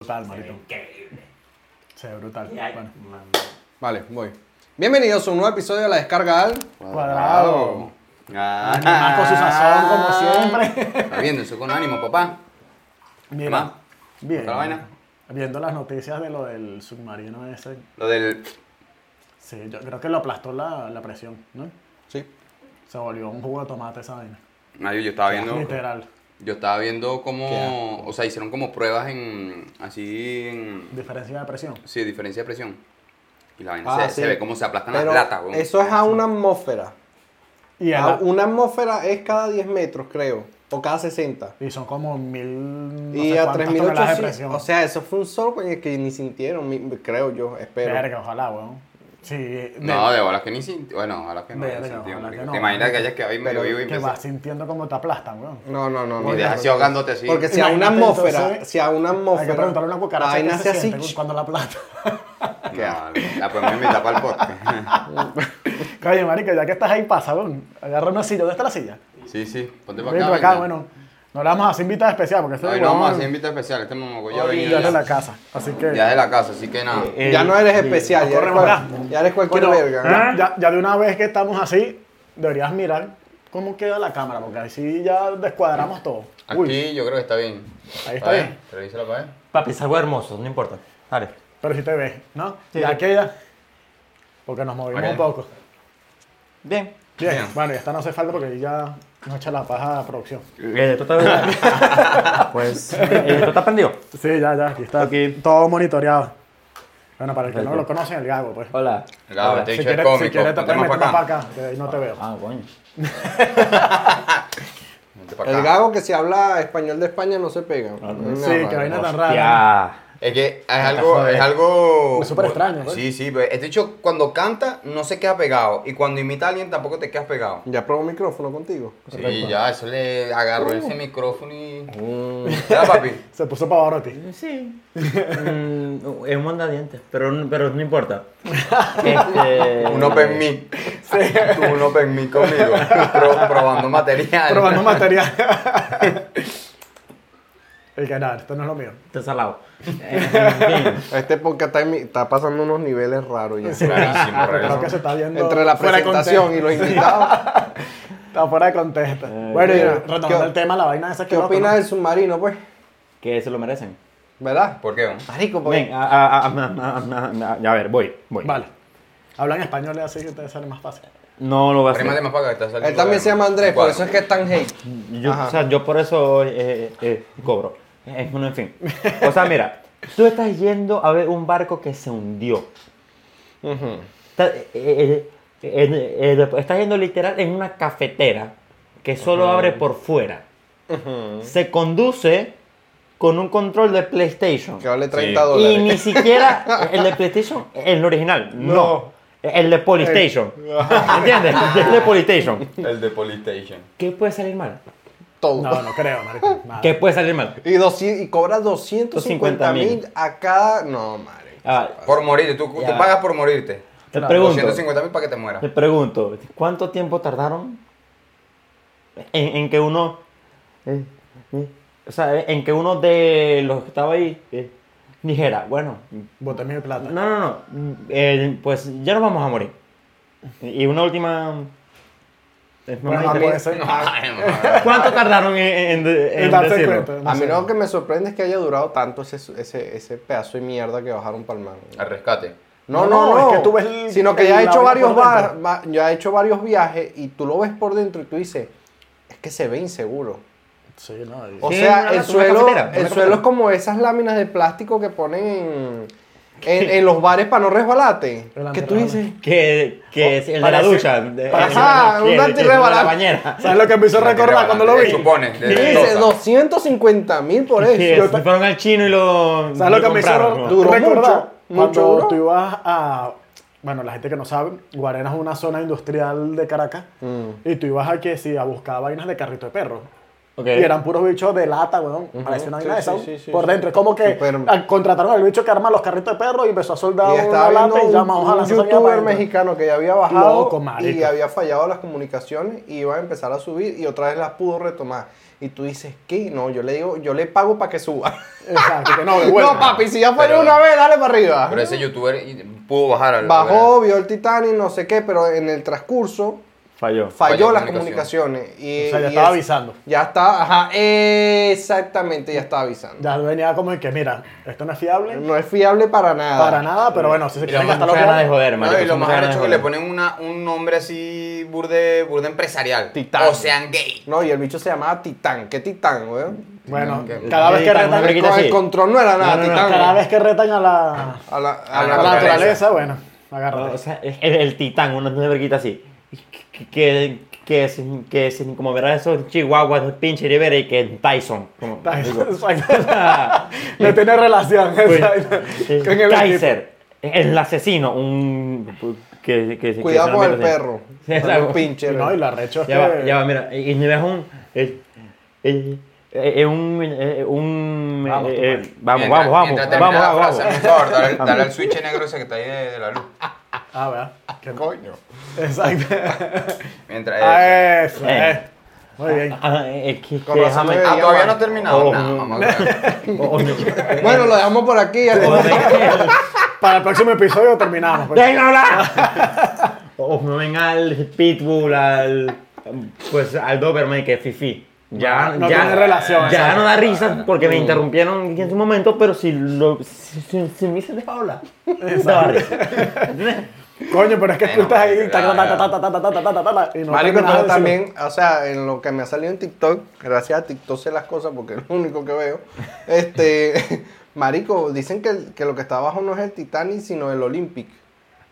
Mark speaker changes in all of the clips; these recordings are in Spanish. Speaker 1: brutal,
Speaker 2: Se ve
Speaker 1: marico.
Speaker 2: increíble.
Speaker 1: Se ve brutal.
Speaker 2: Y hay-
Speaker 1: Bueno.
Speaker 2: mamá.
Speaker 3: Vale, voy. Bienvenidos a un nuevo episodio de La Descarga al...
Speaker 1: Cuadrado.
Speaker 3: Ah.
Speaker 1: Animal con su sazón, como siempre.
Speaker 3: Está bien, eso con ánimo, papá.
Speaker 1: Mira,
Speaker 3: más?
Speaker 1: Bien.
Speaker 3: ¿Otra vaina?
Speaker 1: Viendo las noticias de lo del submarino ese.
Speaker 3: Lo del...
Speaker 1: Sí, yo creo que lo aplastó la, la presión, ¿no?
Speaker 3: Sí.
Speaker 1: Se volvió un jugo de tomate esa vaina.
Speaker 4: Mario, yo estaba viendo,
Speaker 1: Literal.
Speaker 4: yo estaba viendo
Speaker 3: Qué
Speaker 4: cómo, o sea, hicieron como pruebas en, así, en,
Speaker 1: Diferencia de presión.
Speaker 4: sí, diferencia de presión. Y la vaina
Speaker 3: Ah,
Speaker 4: se,
Speaker 3: sí.
Speaker 4: se ve cómo se aplastan
Speaker 3: Pero
Speaker 4: las latas, weón.
Speaker 3: eso es a una atmósfera.
Speaker 1: Y,
Speaker 3: A-
Speaker 1: a la-
Speaker 3: una atmósfera es cada 10 metros, creo. O cada 60.
Speaker 1: y son como mil. no
Speaker 3: y
Speaker 1: sé
Speaker 3: a
Speaker 1: cuántas toneladas de
Speaker 3: 3.800.
Speaker 1: presión.
Speaker 3: O sea, eso fue un solo coño, que ni sintieron, mi- creo yo, espero.
Speaker 1: Verga, ojalá, weón. Sí, de-
Speaker 4: No, de bolas que ni sintió, bueno, ahora que no,
Speaker 1: Verga,
Speaker 4: he sentido,
Speaker 1: ojalá
Speaker 4: marico.
Speaker 1: que no.
Speaker 4: Te imaginas que hayas quedado ahí medio
Speaker 3: Pero
Speaker 4: vivo y
Speaker 1: que
Speaker 4: empecé-
Speaker 1: vas sintiendo como te aplastan, weón.
Speaker 3: No, no, no. no,
Speaker 4: Y dejas
Speaker 3: no,
Speaker 4: así
Speaker 3: no.
Speaker 4: ahogándote así.
Speaker 3: Porque si a una
Speaker 1: Imagínate,
Speaker 3: atmósfera,
Speaker 1: entonces,
Speaker 3: si a una
Speaker 1: Hay que
Speaker 3: atmósfera,
Speaker 1: preguntarle a una
Speaker 3: la
Speaker 1: cucaracha
Speaker 3: vaina
Speaker 1: qué
Speaker 3: hace
Speaker 1: se
Speaker 3: así,
Speaker 1: siente cuando la aplasta.
Speaker 4: No, la podemos invitar para el podcast.
Speaker 1: Oye, marico, ya que estás ahí, pasa, weón. Agarra una silla. ¿Dónde está la silla?
Speaker 4: Sí, sí, ponte para
Speaker 1: Ven
Speaker 4: acá.
Speaker 1: para acá,
Speaker 4: venga.
Speaker 1: bueno. No le vamos a hacer invitada especial porque este
Speaker 4: Hoy
Speaker 1: weón
Speaker 4: no vamos a hacer invitado especial, este momo ya
Speaker 1: ya
Speaker 4: venía
Speaker 1: es de la Eh,
Speaker 4: ya,
Speaker 1: casa. Así que.
Speaker 4: ya es de la casa, así que nada.
Speaker 3: ya no eres especial, ya eres,
Speaker 1: corre,
Speaker 3: cual-
Speaker 1: ¿verdad?
Speaker 3: ya eres cualquier
Speaker 1: Bueno, ¿ah?
Speaker 3: verga.
Speaker 1: ya, ya- ya de una vez que estamos así, deberías mirar cómo queda la cámara, porque así ya descuadramos todo.
Speaker 4: Aquí
Speaker 1: eh, Uy,
Speaker 4: yo creo que está bien.
Speaker 1: Ahí está
Speaker 4: A ver,
Speaker 1: bien.
Speaker 4: Revísalo para ver.
Speaker 2: Papi, es algo hermoso, no importa. Dale.
Speaker 1: pero si te ves, ¿no?
Speaker 2: Sí.
Speaker 1: Ya queda. Porque nos movimos
Speaker 4: Ok.
Speaker 1: un poco.
Speaker 2: Bien.
Speaker 1: Bien,
Speaker 4: Bien.
Speaker 1: bueno, y esta no hace falta porque ya nos echa la paja a la producción.
Speaker 2: Eh, ¿Tú estás Pues. eh, ¿Tú estás prendido?
Speaker 1: Sí, ya, ya, aquí está.
Speaker 2: Ok.
Speaker 1: Todo monitoreado. Bueno, para el que no
Speaker 2: Ok.
Speaker 1: lo conoce, el gago, pues.
Speaker 2: Hola.
Speaker 4: Claro,
Speaker 2: Hola.
Speaker 4: este
Speaker 1: Si
Speaker 4: bicho es
Speaker 1: quieres, si
Speaker 4: cómico.
Speaker 1: quieres, te
Speaker 4: Ponte
Speaker 1: puedes
Speaker 4: más
Speaker 1: meter
Speaker 4: para
Speaker 1: más
Speaker 4: acá.
Speaker 1: para acá, que ahí no te veo.
Speaker 2: Ah, coño.
Speaker 4: Ponte para
Speaker 3: El
Speaker 4: acá.
Speaker 3: gago que si habla español de España no se pega. No,
Speaker 1: sí, que
Speaker 3: vale.
Speaker 1: vaina tan rara.
Speaker 2: Ya.
Speaker 4: Es que es algo, es algo...
Speaker 1: Es súper extraño, pues. ¿verdad?
Speaker 4: Sí, sí, pero este hecho cuando canta no se queda pegado y cuando imita a alguien tampoco te quedas pegado.
Speaker 3: Ya probó micrófono contigo.
Speaker 4: Sí, ya, eso le agarró
Speaker 1: Uh.
Speaker 4: ese micrófono y...
Speaker 3: Mm.
Speaker 4: Ya, papi?
Speaker 1: Se puso Pavarotti.
Speaker 2: Sí. Mm, es un mandadiente, pero, pero no importa. Este...
Speaker 4: Un open mic. pues Tú un open mic conmigo, pro- probando material.
Speaker 1: Probando material. el que nada, esto no es lo mío.
Speaker 2: Te salado. En fin.
Speaker 3: Este podcast está, en mi- está pasando unos niveles raros ya.
Speaker 4: Rarísimo,
Speaker 1: Creo que
Speaker 4: rarísimo.
Speaker 1: se está viendo.
Speaker 3: Entre la
Speaker 1: fuera de
Speaker 3: presentación y
Speaker 1: contexto.
Speaker 3: los invitados.
Speaker 1: Está fuera de contexto. bueno, y
Speaker 3: mira,
Speaker 1: retomando
Speaker 3: ¿qué-
Speaker 1: el tema, la vaina esa que.
Speaker 3: ¿Qué
Speaker 1: loco,
Speaker 3: opinas
Speaker 1: ¿no?
Speaker 3: del submarino, pues?
Speaker 2: Que se lo merecen.
Speaker 3: ¿Verdad?
Speaker 4: ¿Por qué?
Speaker 3: Marico, porque...
Speaker 2: Ven, a, a, a, a- a- a- a ver, voy, voy.
Speaker 1: Vale. Hablan español, así que te sale más fácil.
Speaker 2: No lo voy a hacer.
Speaker 4: Arrímate más para acá, está saliendo
Speaker 3: Él también
Speaker 4: de-
Speaker 3: se llama Andrés, por
Speaker 4: Cuadro.
Speaker 3: eso es que es tan hate.
Speaker 2: Yo, o sea, yo por eso eh, eh, cobro. Eh, bueno, en fin. O sea, mira, tú estás yendo a ver un barco que se hundió. Está- eh, eh, eh, eh, eh, estás yendo literal en una cafetera que solo abre por fuera. Se conduce con un control de PlayStation.
Speaker 3: Que vale 30
Speaker 4: Sí.
Speaker 3: dólares.
Speaker 2: Y ni siquiera el de PlayStation, el original, no.
Speaker 3: No.
Speaker 2: El de Polystation. ¿Entiendes? El de Polystation.
Speaker 4: El de Polystation.
Speaker 2: ¿Qué puede salir mal?
Speaker 3: Todo.
Speaker 1: No, no creo, marico. nada.
Speaker 2: ¿Qué puede salir mal?
Speaker 3: Y, 200 y cobra 250 mil
Speaker 2: 250.000
Speaker 3: a cada... No, madre.
Speaker 2: Ah,
Speaker 4: Por morirte, tú, tú
Speaker 2: Ya.
Speaker 4: pagas por morirte.
Speaker 2: te
Speaker 1: Claro,
Speaker 2: pregunto,
Speaker 4: 250 mil para que te mueras.
Speaker 2: te pregunto, ¿cuánto tiempo tardaron en, en que uno, eh, eh, o sea, en que uno de los que estaba ahí eh, dijera, bueno,
Speaker 1: Boté mi plata.
Speaker 2: no, no, no, eh, pues ya nos vamos a morir. Y una última. eh, no
Speaker 1: Bueno, no
Speaker 2: me interesa.
Speaker 1: puede ser.
Speaker 4: Ay, madre.
Speaker 2: ¿Cuánto tardaron en, en, en
Speaker 1: Y darse
Speaker 2: decirlo?
Speaker 1: cuenta, no
Speaker 3: A mí
Speaker 1: sé.
Speaker 3: lo que me sorprende es que haya durado tanto ese, ese, ese pedazo de mierda que bajaron para el mar.
Speaker 4: Al rescate.
Speaker 3: No,
Speaker 1: No,
Speaker 3: no, no.
Speaker 1: no, es que tú ves el-
Speaker 3: sino que ya ha
Speaker 1: el- la
Speaker 3: hecho
Speaker 1: vaina
Speaker 3: varios
Speaker 1: por
Speaker 3: va-
Speaker 1: dentro.
Speaker 3: va- ya ha hecho varios viajes y tú lo ves por dentro y tú dices, es que se ve inseguro.
Speaker 1: Sí, no. y-
Speaker 3: O
Speaker 2: Sí,
Speaker 3: sea,
Speaker 2: una-
Speaker 3: el
Speaker 2: una
Speaker 3: suelo,
Speaker 2: cafetera, una
Speaker 3: el suelo
Speaker 2: cafetera.
Speaker 3: es como esas láminas de plástico que ponen en, en- en los bares para no resbalarte.
Speaker 1: El
Speaker 3: Que tú dices,
Speaker 2: Que, que
Speaker 1: Oh,
Speaker 2: es el de la
Speaker 1: parece-
Speaker 2: ducha. de- eh,
Speaker 1: parece-
Speaker 3: Ajá,
Speaker 2: el-
Speaker 3: un
Speaker 2: el- el de la
Speaker 3: antirrebalante.
Speaker 2: bañera.
Speaker 1: ¿Sabes lo que me hizo recordar cuando lo vi?
Speaker 4: Supones.
Speaker 3: y dices 250 mil por eso.
Speaker 2: Que se fueron al chino y lo.
Speaker 1: ¿Sabes
Speaker 2: lo
Speaker 1: lo que me hizo
Speaker 2: compraron, ¿no?
Speaker 3: Duró
Speaker 1: recordar?
Speaker 3: mucho, mucho
Speaker 1: cuando
Speaker 3: duró.
Speaker 1: tú ibas a... Bueno, la gente que no sabe, Guarena
Speaker 3: Mm.
Speaker 1: es una zona industrial de Caracas. Y tú ibas a que sí, a buscar vainas de carrito de perro.
Speaker 2: Ok.
Speaker 1: Y eran puros bichos de lata, weón. Parecía una
Speaker 3: sí,
Speaker 1: vaina de
Speaker 3: sí,
Speaker 1: esa,
Speaker 3: sí, sí,
Speaker 1: por
Speaker 3: sí.
Speaker 1: dentro. Es como que
Speaker 3: Súper-
Speaker 1: ah, contrataron al bicho que arma los carritos de perro y empezó a soldar
Speaker 3: Y
Speaker 1: una
Speaker 3: estaba
Speaker 1: lata
Speaker 3: viendo
Speaker 1: y
Speaker 3: un,
Speaker 1: ya más ojalá
Speaker 3: un
Speaker 1: se salga para
Speaker 3: youtuber
Speaker 1: adentro.
Speaker 3: mexicano que ya había bajado
Speaker 1: Loco, marico.
Speaker 3: y había fallado las comunicaciones y iba a empezar a subir y otra vez las pudo retomar. Y tú dices, ¿qué? No, yo le digo, yo le pago para que suba.
Speaker 1: Exacto, que no, devuelve.
Speaker 3: no, papi, si ya fue de
Speaker 4: Pero-
Speaker 3: una vez, dale para arriba.
Speaker 4: Pero ese youtuber y- pudo bajar al.
Speaker 3: Bajó, vio el Titanic, no sé qué, pero en el transcurso falló
Speaker 2: Falló.
Speaker 4: Falló
Speaker 3: las
Speaker 4: comunicación.
Speaker 3: comunicaciones. Y,
Speaker 1: O sea, ya
Speaker 3: y
Speaker 1: estaba
Speaker 3: es-
Speaker 1: avisando.
Speaker 3: Ya está, ajá, exactamente, ya estaba avisando.
Speaker 1: Ya venía como de que, mira, esto no es fiable
Speaker 3: No es fiable para nada.
Speaker 1: para nada, pero bueno, si se
Speaker 4: Y
Speaker 1: quieren
Speaker 4: lo
Speaker 1: gastar
Speaker 2: Mucha
Speaker 1: lo que
Speaker 2: ganas de
Speaker 1: hay.
Speaker 2: joder,
Speaker 4: No,
Speaker 2: marico.
Speaker 4: y lo
Speaker 2: mucha
Speaker 4: más
Speaker 2: ganas
Speaker 4: arrecho
Speaker 2: de
Speaker 4: que le
Speaker 2: joder.
Speaker 4: ponen una, un nombre así burde, burde empresarial.
Speaker 3: Titán.
Speaker 4: Ocean Gay.
Speaker 3: No, y el bicho se llamaba Titán. ¿Qué Titán, weón?
Speaker 1: Bueno,
Speaker 4: que-
Speaker 1: cada vez que
Speaker 2: Gritan, una
Speaker 1: retan,
Speaker 2: briguita
Speaker 3: Con
Speaker 2: así.
Speaker 3: el control no era nada,
Speaker 2: No, no, no,
Speaker 3: Titán.
Speaker 1: cada vez que retan a la,
Speaker 3: A la, a
Speaker 4: A
Speaker 1: a la
Speaker 3: la-
Speaker 4: naturaleza.
Speaker 1: naturaleza, bueno, agárrate.
Speaker 2: O sea, el, el titán, una una verguita así. Que, que, que, es- que es como verás esos chihuahuas de pinche Rivera y que es Tyson. como digo.
Speaker 1: Exacto. No tiene relación. exacto.
Speaker 2: Eh,
Speaker 1: Con el
Speaker 2: Kaiser, el asesino, un... Que, que, que
Speaker 3: Cuidado con el
Speaker 2: solamente-
Speaker 3: perro.
Speaker 2: Sí,
Speaker 3: Con
Speaker 2: exacto.
Speaker 3: el pinche.
Speaker 1: equipo. No, y lo arrecho Eh, es
Speaker 2: Ya va,
Speaker 1: que-
Speaker 2: ya va, mira, y y me ves un... eh, eh, eh, un, eh, un
Speaker 1: Vamos,
Speaker 2: eh,
Speaker 1: tú,
Speaker 2: eh,
Speaker 1: Mike.
Speaker 2: vamos,
Speaker 4: Mientras-
Speaker 2: vamos, vamos,
Speaker 4: mientras termina
Speaker 2: vamos,
Speaker 4: la
Speaker 2: vamos,
Speaker 4: frase,
Speaker 2: vamos.
Speaker 4: Por favor, dale, dale al switch negro ese que está ahí de, de la luz.
Speaker 1: Ah, ¿verdad? Que-
Speaker 4: Coño.
Speaker 1: Exacto.
Speaker 4: Mientras.
Speaker 1: Ah, Eso,
Speaker 2: Eh.
Speaker 1: eh. Muy bien.
Speaker 2: Ah, eh, que-
Speaker 3: Con
Speaker 2: que
Speaker 3: razón
Speaker 2: déjame-
Speaker 3: me
Speaker 4: Ah, todavía no ha
Speaker 2: Oh,
Speaker 4: terminado. No,
Speaker 2: no.
Speaker 4: vamos a ver.
Speaker 2: o- o- o-
Speaker 3: Bueno, lo dejamos por aquí. ya le-
Speaker 1: Para el próximo episodio terminamos. pues.
Speaker 2: ¡Déjenlo hablar! O no venga al Pitbull, al. Pues al Doberman que es Fifi. Ya,
Speaker 1: No
Speaker 2: ya,
Speaker 1: tiene relación, Ah,
Speaker 2: Ya
Speaker 1: exacto.
Speaker 2: no da risa porque me interrumpieron en su momento, pero si, lo, si, si- si me hubiesen dejado hablar, daba risa. ¿Entiendes?
Speaker 1: Coño, pero es que tú
Speaker 4: Bueno,
Speaker 1: estás ahí.
Speaker 4: pero
Speaker 1: ta, ta, ta, ta,
Speaker 4: ya,
Speaker 1: ta, ta, ta, ta, ta, ta, y no terminas
Speaker 3: Marico,
Speaker 1: de
Speaker 3: pero
Speaker 1: decirlo.
Speaker 3: también, o sea, en lo que me ha salido en TikTok, gracias a TikTok sé las cosas porque es lo único que veo. Este, Marico, dicen que, el- que lo que está abajo no es el Titanic, sino el Olympic.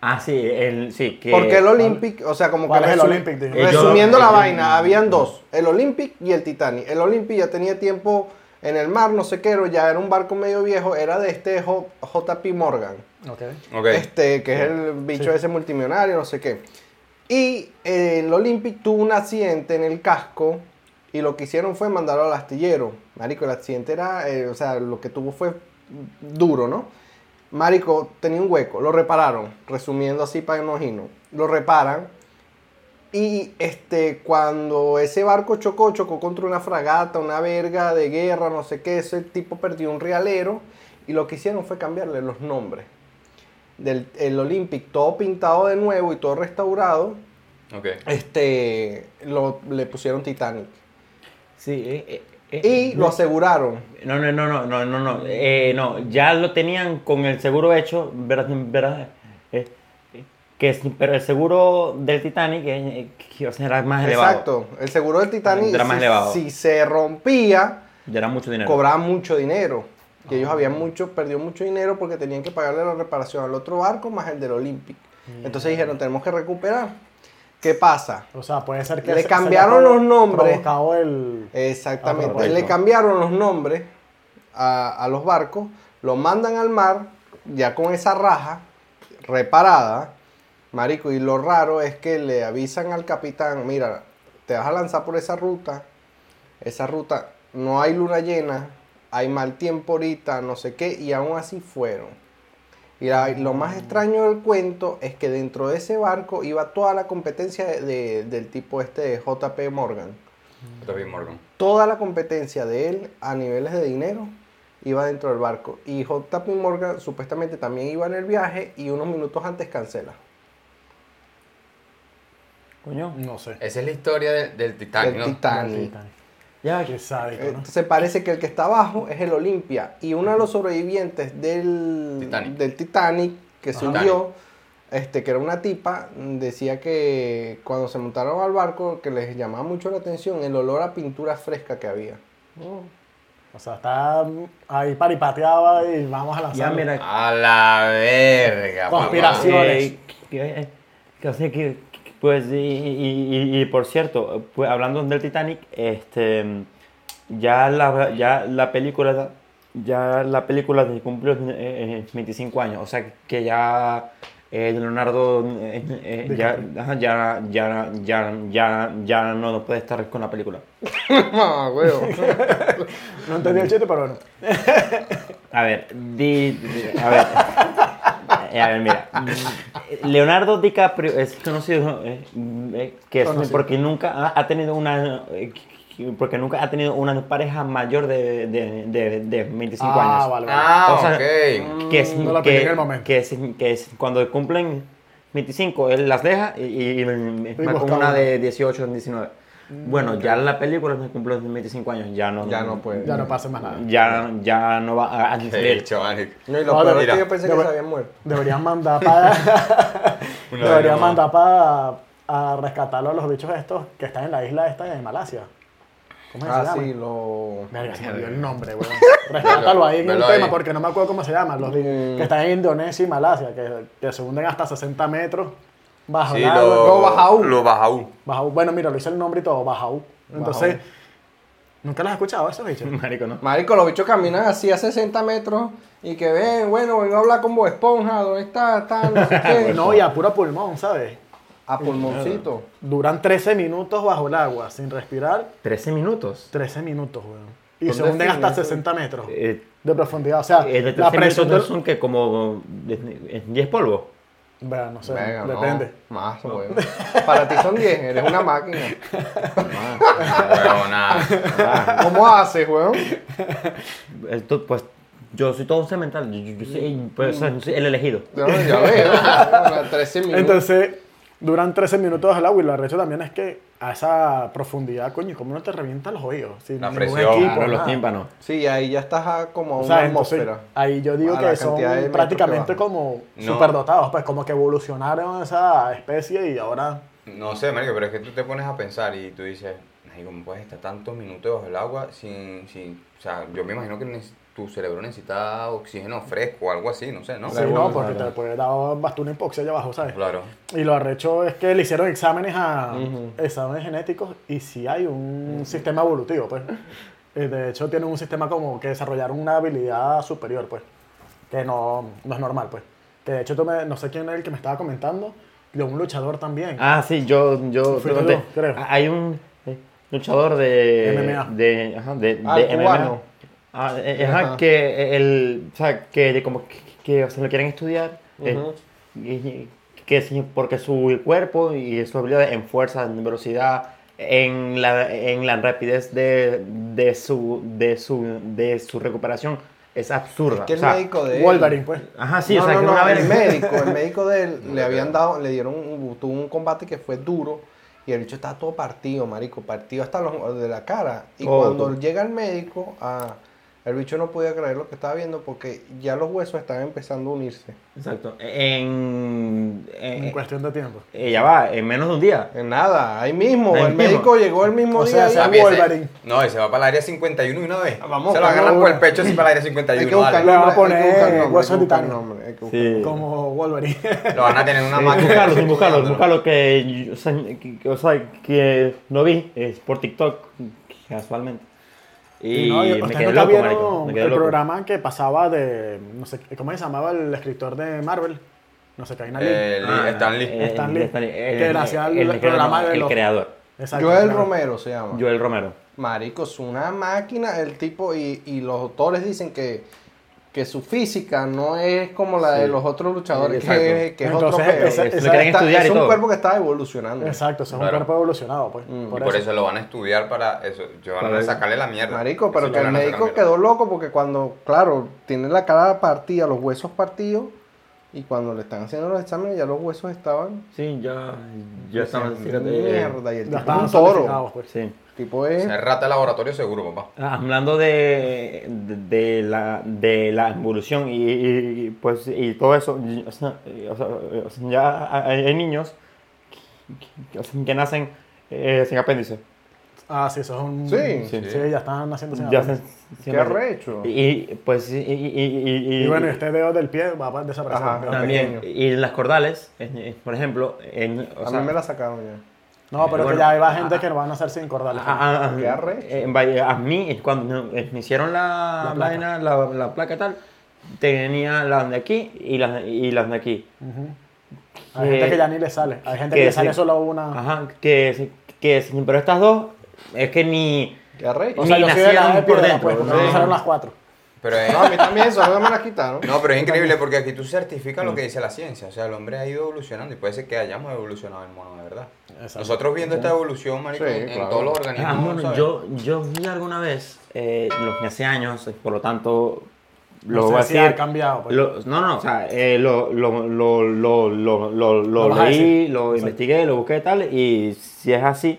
Speaker 2: Ah, sí, el, sí. Que,
Speaker 3: Porque el Olympic, o sea, como
Speaker 1: ¿Cuál
Speaker 3: que
Speaker 1: es el
Speaker 3: resu-
Speaker 1: Olympic, tío?
Speaker 2: Eh, yo-
Speaker 3: resumiendo la
Speaker 2: eh,
Speaker 3: vaina, habían dos, el Olympic y el Titanic. El Olympic ya tenía tiempo en el mar, no sé qué, pero ya era un barco medio viejo, era de este J- JP Morgan,
Speaker 1: Ok.
Speaker 4: Ok.
Speaker 3: este, que es el bicho ese multimillonario, no sé qué. Y eh, el Olympic tuvo un accidente en el casco y lo que hicieron fue mandarlo al astillero. Marico, el accidente era, eh, o sea, lo que tuvo fue duro, ¿no? Marico, tenía un hueco, lo repararon, resumiendo así para que no gino. Lo reparan y este, cuando ese barco chocó, chocó contra una fragata, una verga de guerra, no sé qué, ese tipo perdió un realero y lo que hicieron fue cambiarle los nombres. Del el Olympic, todo pintado de nuevo y todo restaurado,
Speaker 4: Ok.
Speaker 3: este, lo, le pusieron Titanic.
Speaker 2: Sí, eh, eh, eh,
Speaker 3: Y lo aseguraron.
Speaker 2: No, no, no, no, no, no, no. Eh, no, ya lo tenían con el seguro hecho, ¿verdad? ¿verdad? Eh, que es- pero el seguro del Titanic eh, eh, que, o sea, era más elevado.
Speaker 3: Exacto, el seguro del Titanic,
Speaker 2: Era más elevado.
Speaker 3: si, si se rompía,
Speaker 2: Ya era mucho dinero.
Speaker 3: cobraban mucho dinero. Y
Speaker 2: Ah.
Speaker 3: ellos habían mucho, perdió mucho dinero porque tenían que pagarle la reparación al otro barco más el del Olympic.
Speaker 2: Mm.
Speaker 3: Entonces dijeron, tenemos que recuperar. ¿Qué pasa?
Speaker 1: O sea, puede ser que.
Speaker 3: Le
Speaker 1: se- se haya
Speaker 3: cambiaron
Speaker 1: provo-
Speaker 3: los nombres.
Speaker 1: Provocado el.
Speaker 3: Eh,
Speaker 1: Ah,
Speaker 3: Exactamente.
Speaker 2: correcto.
Speaker 3: Le cambiaron los nombres a, a los barcos, los mandan al mar, ya con esa raja reparada, marico. Y lo raro es que le avisan al capitán, mira, te vas a lanzar por esa ruta, esa ruta no hay luna llena, hay mal tiempo ahorita, no sé qué, y aún así fueron. Y la- lo más extraño del cuento es que dentro de ese barco iba toda la competencia de- de- del tipo este de JP Morgan
Speaker 4: David Morgan.
Speaker 3: toda la competencia de él a niveles de dinero iba dentro del barco. Y JP Morgan supuestamente también iba en el viaje y unos minutos antes cancela.
Speaker 2: Coño.
Speaker 1: No sé.
Speaker 4: Esa es la historia del, del Titanic,
Speaker 3: el
Speaker 4: ¿no?
Speaker 3: Titanic.
Speaker 2: Ya,
Speaker 1: Qué
Speaker 2: que-
Speaker 1: sádico, ¿no?
Speaker 3: Entonces Eh, parece que el que está abajo es el Olimpia. Y uno de los sobrevivientes del
Speaker 4: Titanic.
Speaker 3: del Titanic que se
Speaker 4: Ajá.
Speaker 3: hundió, este, que era una tipa, decía que cuando se montaron al barco, que les llamaba mucho la atención el olor a pintura fresca que había.
Speaker 1: O sea, está ahí paripateaba y vamos a
Speaker 2: ya
Speaker 1: lanzar.
Speaker 2: mira.
Speaker 4: A la verga. pues, papá.
Speaker 1: Conspiración.
Speaker 2: eh,
Speaker 1: Acciones.
Speaker 2: que- que- o sea, que- que- pues, y, y- y- y por cierto, pues, hablando del Titanic, este, ya la, ya la película ya la película cumplió eh, eh, 25 años, o sea que ya eh, Leonardo eh, eh, ya, ajá, ya, ya, ya, ya, ya no puede estar con la película.
Speaker 3: Ah, huevo.
Speaker 1: No entendí el chiste, pero bueno.
Speaker 2: A ver, di, di- a ver. Eh, A ver, mira. Leonardo DiCaprio es conocido eh, eh, que es
Speaker 1: Conocido.
Speaker 2: porque nunca ha- ha tenido una eh, porque nunca ha tenido una pareja mayor de, de, de, de 25
Speaker 1: Ah,
Speaker 2: años.
Speaker 1: vale, vale.
Speaker 4: Ah,
Speaker 2: O sea,
Speaker 4: ok.
Speaker 2: que es,
Speaker 1: No la
Speaker 2: que,
Speaker 1: peleé en el momento.
Speaker 2: que es, que es cuando cumplen 25, él las deja y, y, y me- me
Speaker 1: busca
Speaker 2: con una
Speaker 1: una.
Speaker 2: de 18, 19. Bueno, ya la película me cumplió 25 años, ya no.
Speaker 3: Ya no puede.
Speaker 1: Ya no pasa más nada.
Speaker 2: Ya, ya no va a, a
Speaker 4: Hey, chaval.
Speaker 3: No, y lo
Speaker 1: No,
Speaker 3: peor es
Speaker 4: mira,
Speaker 3: que yo pensé que
Speaker 1: yo-
Speaker 3: se habían muerto.
Speaker 1: Deberían mandar para.
Speaker 4: Una
Speaker 1: deberían
Speaker 4: vez nomás.
Speaker 1: mandar para. A rescatarlo a los bichos estos que están en la isla esta de Malasia. ¿Cómo se
Speaker 3: Ah,
Speaker 1: llama?
Speaker 3: sí, lo.
Speaker 1: Verga, se me olvidó el nombre, weón. Rescátalo ahí en
Speaker 4: Velo
Speaker 1: el
Speaker 4: ahí.
Speaker 1: tema porque no me acuerdo cómo se llama. Los de- que están en Indonesia y Malasia, que, que se hunden hasta 60 metros bajo
Speaker 4: Sí,
Speaker 1: el agua.
Speaker 4: lo,
Speaker 3: no, Bajaú.
Speaker 4: Lo Bajaú.
Speaker 1: Bajaú. Bueno, mira, lo hice el nombre y todo, Bajaú. Entonces, ¿nunca los has escuchado esos bichos?
Speaker 2: Marico, no.
Speaker 3: Marico, los bichos caminan así a 60 metros y que ven, bueno, vengo a hablar con vos, esponja, ¿dónde está? Tal, no sé qué.
Speaker 1: No, y a puro pulmón, ¿sabes?
Speaker 3: A pulmoncito.
Speaker 1: Duran 13 minutos bajo el agua, sin respirar,
Speaker 2: 13 minutos.
Speaker 1: 13 minutos, weón. Y
Speaker 3: ¿Dónde
Speaker 1: se hunden hasta
Speaker 3: definen eso?
Speaker 1: 60 metros
Speaker 2: Eh,
Speaker 1: de profundidad. O sea,
Speaker 2: eh, de
Speaker 1: Ah, la
Speaker 2: 13
Speaker 1: presión
Speaker 2: minutos
Speaker 1: del...
Speaker 2: son que como eh, 10 polvos.
Speaker 1: Bueno, no sé,
Speaker 3: Venga, no,
Speaker 1: depende.
Speaker 3: Más, huevón. Para ti son 10, eres una máquina.
Speaker 4: Bueno, nada.
Speaker 1: Ah.
Speaker 3: ¿Cómo haces, weón?
Speaker 2: Esto, pues yo soy todo cemental. Yo, yo soy, pues, o sea, yo soy el elegido.
Speaker 3: Ya, ya veo. a 13 minutos.
Speaker 1: Entonces, duran 13 minutos al agua y lo arrecho también es que a esa profundidad, coño, ¿cómo no te revientan los oídos? Sin
Speaker 4: La
Speaker 1: ningún
Speaker 4: presión,
Speaker 1: equipo,
Speaker 2: Pero los
Speaker 1: nada.
Speaker 2: tímpanos.
Speaker 3: sí, ahí ya estás a como
Speaker 1: O
Speaker 3: a una
Speaker 1: sea, entonces,
Speaker 3: atmósfera.
Speaker 1: ahí yo digo
Speaker 3: A la
Speaker 1: que son
Speaker 3: cantidad de metros que
Speaker 1: prácticamente
Speaker 3: bajan.
Speaker 1: como
Speaker 4: No.
Speaker 1: superdotados, pues como que evolucionaron esa especie y ahora...
Speaker 4: No sé, Marico, pero es que tú te pones a pensar y tú dices, ay, ¿cómo puedes estar tantos minutos bajo el agua sin, sin. O sea, yo me imagino que neces- tu cerebro necesita oxígeno fresco o algo así, no sé, ¿no?
Speaker 1: Sí, no,
Speaker 3: pues.
Speaker 1: porque te puede dar bastante hipoxia allá abajo, ¿sabes?
Speaker 4: Claro.
Speaker 1: Y lo arrecho es que le hicieron exámenes a exámenes genéticos y sí hay un sistema evolutivo, pues. Eh, De hecho, tienen un sistema como que desarrollaron una habilidad superior, pues. Que no, no es normal, pues. Que de hecho, tú me- no sé quién era el que me estaba comentando, de un luchador también.
Speaker 2: Ah, sí, yo, yo
Speaker 1: Fui
Speaker 2: te conté.
Speaker 1: yo, creo.
Speaker 2: Ah, Hay un eh, luchador de
Speaker 1: MMA.
Speaker 2: de ajá, de,
Speaker 3: Ah,
Speaker 2: de
Speaker 3: el
Speaker 2: MMA.
Speaker 3: cubano.
Speaker 2: Ah, eh, ajá,
Speaker 3: Ajá.
Speaker 2: que el o sea, que de como que, que, o sea, lo quieren estudiar eh, y- que sí, porque su cuerpo y su habilidad en fuerza, en velocidad, en la en la rapidez de, de su de su de su recuperación es absurda.
Speaker 3: Que
Speaker 2: o
Speaker 3: el
Speaker 2: sea,
Speaker 3: médico de él.
Speaker 1: Wolverine, pues.
Speaker 2: Ajá, sí,
Speaker 3: no,
Speaker 2: o sea,
Speaker 3: no,
Speaker 2: que
Speaker 3: no,
Speaker 2: una vez
Speaker 3: el médico, el médico de él le habían dado, le dieron un, tuvo un combate que fue duro y el bicho estaba todo partido, marico, partido hasta los, de la cara. Y
Speaker 2: Todo.
Speaker 3: cuando llega el médico, ah, el bicho no podía creer lo que estaba viendo porque ya los huesos estaban empezando a unirse.
Speaker 2: Exacto. En, en-
Speaker 1: En cuestión de tiempo.
Speaker 2: eh, ya va, en menos de un día.
Speaker 3: En nada, ahí mismo,
Speaker 2: Ahí
Speaker 3: el
Speaker 2: mismo.
Speaker 3: médico llegó el mismo
Speaker 1: O
Speaker 3: día.
Speaker 1: sea,
Speaker 3: y-
Speaker 1: se
Speaker 4: Papi, ese-
Speaker 1: Wolverine.
Speaker 4: no, ese va para el área 51 de una vez.
Speaker 3: Ah, vamos,
Speaker 4: Se lo agarran
Speaker 1: vamos,
Speaker 4: por el
Speaker 1: vamos.
Speaker 4: pecho así para el área 51.
Speaker 3: hay que buscar
Speaker 1: Le van
Speaker 4: vale.
Speaker 1: a
Speaker 3: nombre, hay que
Speaker 1: poner
Speaker 3: buscar nombre, hay
Speaker 1: hueso
Speaker 3: que buscar
Speaker 1: titánico.
Speaker 3: nombre, hay que buscar
Speaker 2: Sí.
Speaker 1: Como Wolverine.
Speaker 4: Lo van a tener en una máquina. Eh,
Speaker 2: Buscarlo, sin
Speaker 4: así,
Speaker 2: buscarlo,
Speaker 4: cuidándolo.
Speaker 2: buscarlo que, yo- o sea, que- que- o sea, que lo vi es por TikTok casualmente. Y,
Speaker 1: no, y-
Speaker 2: me
Speaker 1: ustedes
Speaker 2: quedé
Speaker 1: nunca
Speaker 2: loco,
Speaker 1: vieron
Speaker 2: marico. Me quedé
Speaker 1: el
Speaker 2: loco.
Speaker 1: programa que pasaba de, no sé, ¿cómo se llamaba el escritor de Marvel? No sé, Cain Ali.
Speaker 4: Eh, Lee- Stan Lee.
Speaker 2: Eh,
Speaker 1: Stan Lee,
Speaker 2: Stan Lee,
Speaker 1: que gracias al
Speaker 2: creador,
Speaker 1: programa de
Speaker 2: el
Speaker 1: los-
Speaker 2: creador,
Speaker 1: Exacto,
Speaker 3: Joel
Speaker 1: claro.
Speaker 3: Romero se llama.
Speaker 2: Joel Romero.
Speaker 3: Marico, es una máquina el tipo y, y los autores dicen que, que su física no es como la de
Speaker 2: Sí.
Speaker 3: los otros luchadores,
Speaker 2: Exacto.
Speaker 3: que, que es otro
Speaker 1: Entonces,
Speaker 3: peo.
Speaker 1: ese-
Speaker 2: Eh,
Speaker 1: ese-
Speaker 2: lo quieren
Speaker 3: Está-
Speaker 2: estudiar
Speaker 3: es
Speaker 2: y
Speaker 3: un
Speaker 2: todo.
Speaker 3: cuerpo que está evolucionando.
Speaker 1: Exacto, ese es
Speaker 4: Claro.
Speaker 1: un cuerpo evolucionado, pues.
Speaker 3: Mm,
Speaker 1: por
Speaker 4: Y por
Speaker 1: eso.
Speaker 4: eso lo van a estudiar para eso. Yo van
Speaker 2: Para-
Speaker 4: a sacarle la mierda.
Speaker 3: Marico,
Speaker 4: Eso
Speaker 3: pero
Speaker 4: le
Speaker 3: que el
Speaker 4: van a sacar
Speaker 3: médico
Speaker 4: mierda.
Speaker 3: quedó loco porque cuando, claro, tiene la cara partida, los huesos partidos, y cuando le están haciendo los exámenes ya los huesos estaban
Speaker 2: Sí, ya, ya estaban eh,
Speaker 3: mierda y el
Speaker 1: Ya
Speaker 3: tipo es
Speaker 1: estaban
Speaker 3: un toro.
Speaker 1: solidificados, eh, pues.
Speaker 2: Sí.
Speaker 3: El tipo es
Speaker 4: Se rata el laboratorio seguro, papá.
Speaker 2: Ah, Hablando de, de, de la, de la evolución y, y- y, pues, y todo eso, y, o sea, y, o sea, o sea, ya hay, hay niños que, que- o sea, que nacen eh, sin apéndice.
Speaker 1: Ah, sí, eso es un...
Speaker 3: Sí.
Speaker 1: sí.
Speaker 4: Sí.
Speaker 1: ya están haciendo sin
Speaker 2: Ya
Speaker 1: apéndice.
Speaker 2: nacen sin
Speaker 3: qué
Speaker 2: apéndice.
Speaker 3: arrecho.
Speaker 2: Y pues, y, y, y, y-
Speaker 1: Y bueno, y este dedo del pie va a desaparecer.
Speaker 3: Ajá.
Speaker 1: Pero-
Speaker 2: también,
Speaker 3: pequeño.
Speaker 2: y las cordales, eh, eh, por ejemplo, en, o
Speaker 3: A
Speaker 2: sea,
Speaker 3: mí me la sacaron ya.
Speaker 1: No, pero que
Speaker 2: Bueno,
Speaker 1: ya va gente
Speaker 2: ah,
Speaker 1: que no van a hacer sin cordales.
Speaker 2: A, a-
Speaker 3: Qué arrecho.
Speaker 2: en Valle- a mí, cuando me- me hicieron la,
Speaker 1: La placa.
Speaker 2: vaina, la, la placa tal, tenía las de aquí y las, y las de aquí.
Speaker 1: Ujú. Hay gente
Speaker 2: Eh,
Speaker 1: que ya ni le sale. Hay gente
Speaker 2: que
Speaker 1: que le
Speaker 2: sí.
Speaker 1: sale solo una.
Speaker 2: Ajá, que, se- que, se- pero estas dos es que ni...
Speaker 3: Qué arrecho.
Speaker 1: O sea,
Speaker 2: Ni
Speaker 1: yo soy de la
Speaker 2: nacieron
Speaker 1: de
Speaker 2: por
Speaker 1: piedra,
Speaker 2: dentro,
Speaker 1: pues, porque
Speaker 2: ¿no?
Speaker 1: a mí me salieron las cuatro.
Speaker 4: Pero es,
Speaker 3: No, a mí también eso, no me la quitaron.
Speaker 4: no, pero es increíble porque aquí tú certificas lo que dice la ciencia. O sea, el hombre ha ido evolucionando y puede ser que hayamos evolucionado el mono, de verdad.
Speaker 1: Exacto.
Speaker 4: Nosotros viendo esta evolución, marico,
Speaker 3: Sí,
Speaker 4: en en
Speaker 3: claro.
Speaker 4: todos los
Speaker 2: Ah,
Speaker 4: organismos,
Speaker 2: bueno,
Speaker 4: ¿sabes?
Speaker 2: yo, yo vi alguna vez, eh, los que hace años, por lo tanto, lo
Speaker 1: No sé
Speaker 2: voy a
Speaker 1: si
Speaker 2: decir.
Speaker 1: ha cambiado, pues.
Speaker 2: Lo- no, no, o sea, eh, lo, lo, lo, lo, lo, lo, lo
Speaker 1: Lo vas a
Speaker 2: leí,
Speaker 1: decir.
Speaker 2: lo
Speaker 1: Exacto.
Speaker 2: investigué, lo busqué y tal, y si es así,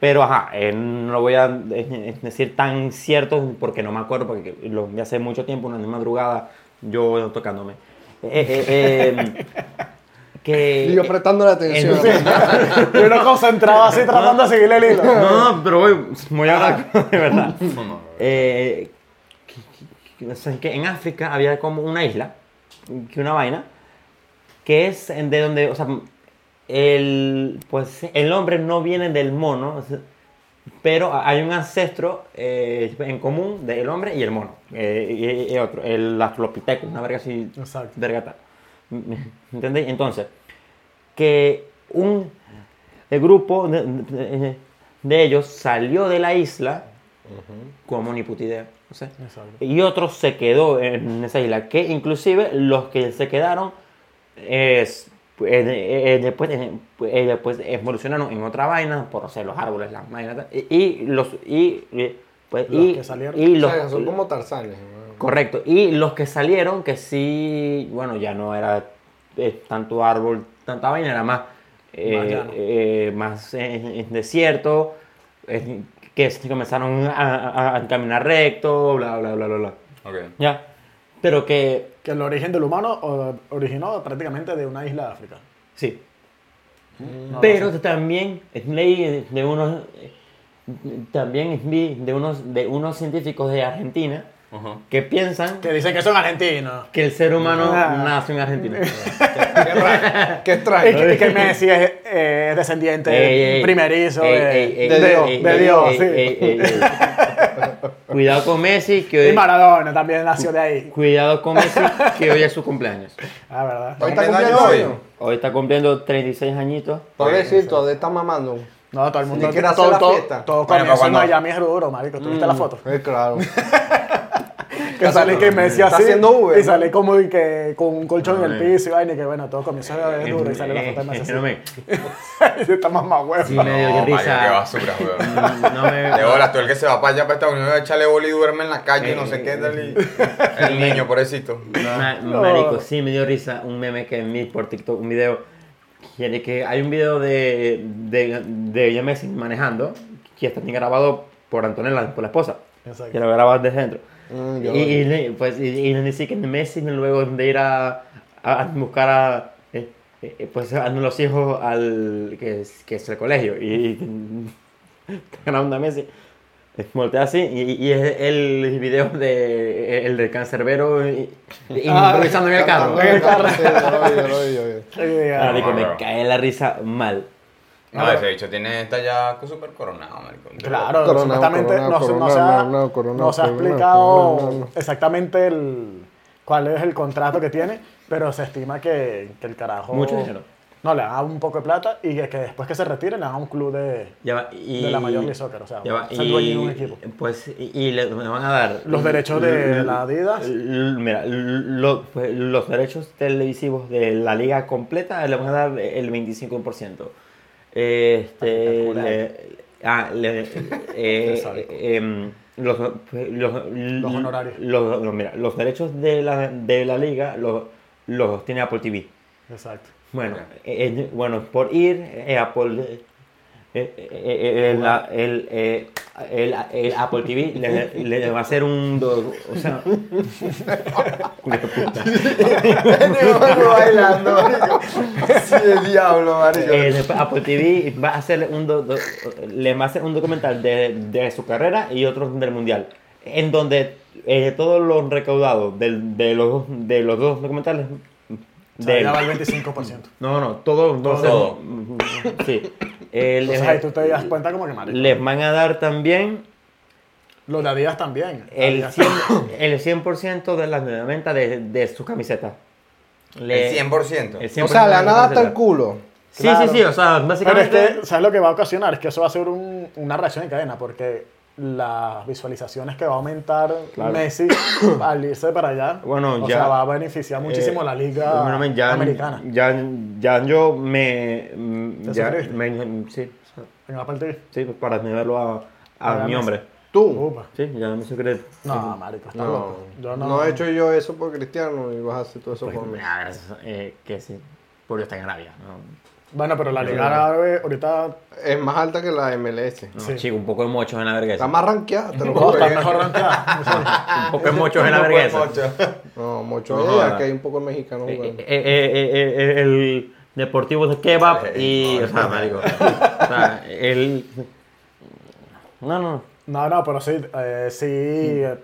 Speaker 2: pero ajá, eh, no lo voy a eh, decir tan cierto porque no me acuerdo, porque lo vi hace mucho tiempo, una madrugada, yo tocándome. Eh, eh, eh, que,
Speaker 3: Y yo prestándole atención.
Speaker 2: Entonces-
Speaker 1: Y uno concentrado así tratando de seguirle el hilo.
Speaker 2: No, no, pero voy, voy a hablar de verdad. Eh, que- que- que- o sea, que en África había como una isla, que una vaina, que es en- de donde, o sea, el, pues, el hombre no viene del mono, o sea, pero hay un ancestro eh, en común del hombre y el mono, eh, y, y otro, el Aflopithecus, una verga así,
Speaker 1: Exacto.
Speaker 2: verga tal. ¿Entendéis? Entonces, que un el grupo de, de- de ellos salió de la isla como ni puta idea. no sé.
Speaker 1: Exacto.
Speaker 2: Y otro se quedó en esa isla, que inclusive los que se quedaron es, eh, de- eh, después, eh, eh, después evolucionaron en otra vaina, por o sea, los árboles, las vainas, y, y los... Y, eh, pues,
Speaker 1: Los
Speaker 2: y-
Speaker 1: que salieron.
Speaker 2: y
Speaker 3: O
Speaker 2: los,
Speaker 3: sea, son como tarzanes. ¿no?
Speaker 2: Correcto. Y los que salieron, que sí, bueno, ya no era eh, tanto árbol, tanta vaina, era más, eh,
Speaker 1: Más llano.
Speaker 2: eh, más eh, en desierto, eh, que sí comenzaron a, a- a caminar recto, bla, bla, bla, bla, bla.
Speaker 4: Ok.
Speaker 2: Ya. Pero que,
Speaker 1: Que el origen del humano o- originó prácticamente de una isla de África.
Speaker 2: sí.
Speaker 1: No,
Speaker 2: Pero
Speaker 1: no sé.
Speaker 2: también leí de unos, también vi de unos, de unos científicos de Argentina
Speaker 4: Ajá.
Speaker 2: que piensan
Speaker 1: Que dicen que son argentinos.
Speaker 2: que el ser humano
Speaker 1: Ah.
Speaker 2: nace en Argentina.
Speaker 3: Qué raro, Qué
Speaker 1: Y
Speaker 3: extraño.
Speaker 1: que, y que Messi es, eh, es descendiente
Speaker 2: Ey, ey,
Speaker 1: primerizo
Speaker 2: ey,
Speaker 1: de,
Speaker 2: ey, ey,
Speaker 1: de
Speaker 2: ey,
Speaker 1: Dios.
Speaker 2: ey,
Speaker 1: de
Speaker 2: ey,
Speaker 1: Dios,
Speaker 2: ey,
Speaker 1: sí.
Speaker 2: ey, ey, ey. Cuidado con Messi, que
Speaker 1: Y
Speaker 2: hoy,
Speaker 1: Maradona también nació de ahí.
Speaker 2: cuidado con Messi, que hoy es su cumpleaños.
Speaker 1: Ah, ¿verdad?
Speaker 3: Hoy está
Speaker 4: ¿Cumpleaños
Speaker 3: cumpliendo
Speaker 4: hoy?
Speaker 3: año.
Speaker 2: Hoy está cumpliendo 36 añitos.
Speaker 3: Pobrecito, de está mamando.
Speaker 1: No, todo el mundo.
Speaker 3: Ni quiere hacer
Speaker 1: todo,
Speaker 3: la
Speaker 1: todo,
Speaker 3: fiesta.
Speaker 1: todo
Speaker 4: Bueno,
Speaker 1: comienza
Speaker 4: pero
Speaker 1: en
Speaker 4: cuando-
Speaker 1: Miami es duro, marico. ¿Tú viste
Speaker 2: Mm.
Speaker 1: la foto?
Speaker 3: Eh, claro.
Speaker 1: Que sale que Messi
Speaker 3: Está
Speaker 1: así.
Speaker 3: haciendo Uber,
Speaker 1: y
Speaker 3: ¿no?
Speaker 1: sale como y que con un colchón en el
Speaker 2: Ay.
Speaker 1: piso y vaina, y que bueno, todo comienza
Speaker 2: Eh,
Speaker 1: es duro y sale la foto de
Speaker 2: eh,
Speaker 1: Messi
Speaker 2: no
Speaker 1: así.
Speaker 2: me-
Speaker 1: Y está más más
Speaker 2: sí
Speaker 1: huevo.
Speaker 2: me dio
Speaker 4: No,
Speaker 2: risa.
Speaker 4: marico, qué basura, weón.
Speaker 2: No me-
Speaker 4: De bolas, tú el que se va para allá, para Estados Unidos, echarle bola y duerme en la calle y no sé qué tal. y- El niño, pobrecito.
Speaker 2: Ma-
Speaker 1: No.
Speaker 2: Marico, sí me dio risa un meme que vi por TikTok, un video. que- que hay un video de, de, de Leo Messi manejando, que está grabado por Antonella, por la esposa.
Speaker 1: Exacto.
Speaker 2: Que lo grabas desde dentro.
Speaker 3: Mm,
Speaker 2: Y,
Speaker 3: yo-
Speaker 2: y le- pues, y, y le dice que Messi luego de ir a, a- a buscar a, eh, eh, pues, a los hijos al que es, que es el colegio. Y, y grabando a Messi. Voltea así y, y es el video de el del cancerbero y- y- improvisando en el carro.
Speaker 3: Ah, Cantando en el carro, sí, yo lo vi, yo lo vi, yo lo vi.
Speaker 1: Eh,
Speaker 2: Ah, digo,
Speaker 4: Claro.
Speaker 2: me cae la risa mal.
Speaker 4: No, ese bicho tiene está ya super coronado, marico.
Speaker 1: Claro,
Speaker 3: Coronado,
Speaker 1: supuestamente
Speaker 3: coronado,
Speaker 1: no, se- no
Speaker 3: coronado,
Speaker 1: se ha,
Speaker 3: coronado, coronado,
Speaker 1: no se ha
Speaker 3: coronado,
Speaker 1: explicado
Speaker 3: coronado.
Speaker 1: exactamente el, cuál es el contrato que tiene, pero se estima que, que el carajo...
Speaker 2: Mucho dinero.
Speaker 1: No, le dan un poco de plata y que, que después que se retire le dan un club de...
Speaker 2: Ya va, y-
Speaker 1: De la Major League Soccer, o sea,
Speaker 2: ya va,
Speaker 1: ser dueño
Speaker 2: y-
Speaker 1: de un equipo.
Speaker 2: Pues, y, y le, me van a dar.
Speaker 1: Los derechos de
Speaker 2: l-
Speaker 1: la Adidas.
Speaker 2: l- Mira, lo- pues, los derechos televisivos de la liga completa le van a dar el 25%. Este.
Speaker 1: Espectacular.
Speaker 2: le- ah, le- eh,
Speaker 1: sádico.
Speaker 2: em, los, pues, los,
Speaker 1: Los honorarios.
Speaker 2: los- no, mira, los derechos de la, de la liga los, los tiene Apple TV.
Speaker 1: Exacto.
Speaker 2: Bueno,
Speaker 4: Ok.
Speaker 2: eh, eh, bueno, por ir, eh, Apple, eh, eh, eh, eh, el, la- el, eh, el- el Apple TV le, le va a hacer un... do- o sea, eh,
Speaker 3: Este mano bailando, marico. Sí, el diablo, marico.
Speaker 2: eh, después Apple TV va a hacer un, do- do- le va a hacer un documental de, de su carrera y otro del mundial, en donde eh, todos los recaudados del- de, los, de los dos documentales...
Speaker 1: O sea,
Speaker 2: del-
Speaker 1: ya va el 25%.
Speaker 2: No, no, todo, no
Speaker 4: Todo.
Speaker 2: sé. Sí. Eh, les,
Speaker 1: Entonces ahí tú te das cuenta como que marico.
Speaker 2: les van a dar también
Speaker 1: Los de Adidas también.
Speaker 2: el
Speaker 1: Adidas-
Speaker 2: 100%, el 100 de las de venta de, de sus camisetas. Le-
Speaker 4: El 100%.
Speaker 2: el 100%
Speaker 3: O sea,
Speaker 2: de
Speaker 3: la
Speaker 2: las
Speaker 3: nada hasta el
Speaker 2: camisetas.
Speaker 3: culo.
Speaker 2: Sí,
Speaker 1: Claro.
Speaker 2: sí, sí, o sea,
Speaker 1: Pero es
Speaker 2: básicamente...
Speaker 1: que, ¿sabes lo que va a ocasionar? Es que eso va a ser un- una reacción en cadena, porque las visualizaciones que va a aumentar
Speaker 2: Claro.
Speaker 1: Messi al irse para allá,
Speaker 2: Bueno,
Speaker 1: o
Speaker 2: ya-
Speaker 1: sea, va a beneficiar muchísimo
Speaker 2: Eh,
Speaker 1: la liga
Speaker 2: bueno, men, ya,
Speaker 1: americana.
Speaker 2: Ya, ya yo me... mm,
Speaker 1: ¿Te
Speaker 2: ya
Speaker 1: suscribiste?
Speaker 2: me- sí,
Speaker 1: Venga, aparte-
Speaker 2: sí, pues, para tenerlo a,
Speaker 1: A
Speaker 2: a
Speaker 1: la
Speaker 2: mi
Speaker 1: mesa.
Speaker 2: hombre.
Speaker 3: Tú.
Speaker 1: Upa.
Speaker 2: Sí, ya me suscribí.
Speaker 1: No, marico, estás
Speaker 3: No,
Speaker 1: loco.
Speaker 3: no,
Speaker 1: Yo Uh, no,
Speaker 3: he hecho yo eso por Cristiano y vas a hacer todo eso por mí.
Speaker 2: Ah, gracias, eh, que sí, porque está en Arabia. No,
Speaker 1: Bueno, pero la liga árabe ahorita
Speaker 3: Es más alta que la MLS.
Speaker 2: No,
Speaker 1: Sí.
Speaker 2: chico, un poco de mochos en la vergüenza.
Speaker 3: Está más ranqueada, te lo
Speaker 1: no,
Speaker 3: juro.
Speaker 1: está mejor rankeada. No sé.
Speaker 2: Un poco de mochos en la
Speaker 4: No, pues,
Speaker 2: vergüenza.
Speaker 4: mocho.
Speaker 3: No, mucho
Speaker 2: No,
Speaker 3: de
Speaker 2: no,
Speaker 3: allá,
Speaker 2: no.
Speaker 3: que hay un poco de mexicano
Speaker 2: Eh, eh,
Speaker 3: jugando.
Speaker 2: eh, eh, eh, el Deportivo de Kebab y.
Speaker 4: Eh,
Speaker 2: O sea, marico. O sea, el. No, no.
Speaker 1: No, no, pero sí, eh, sí, eh,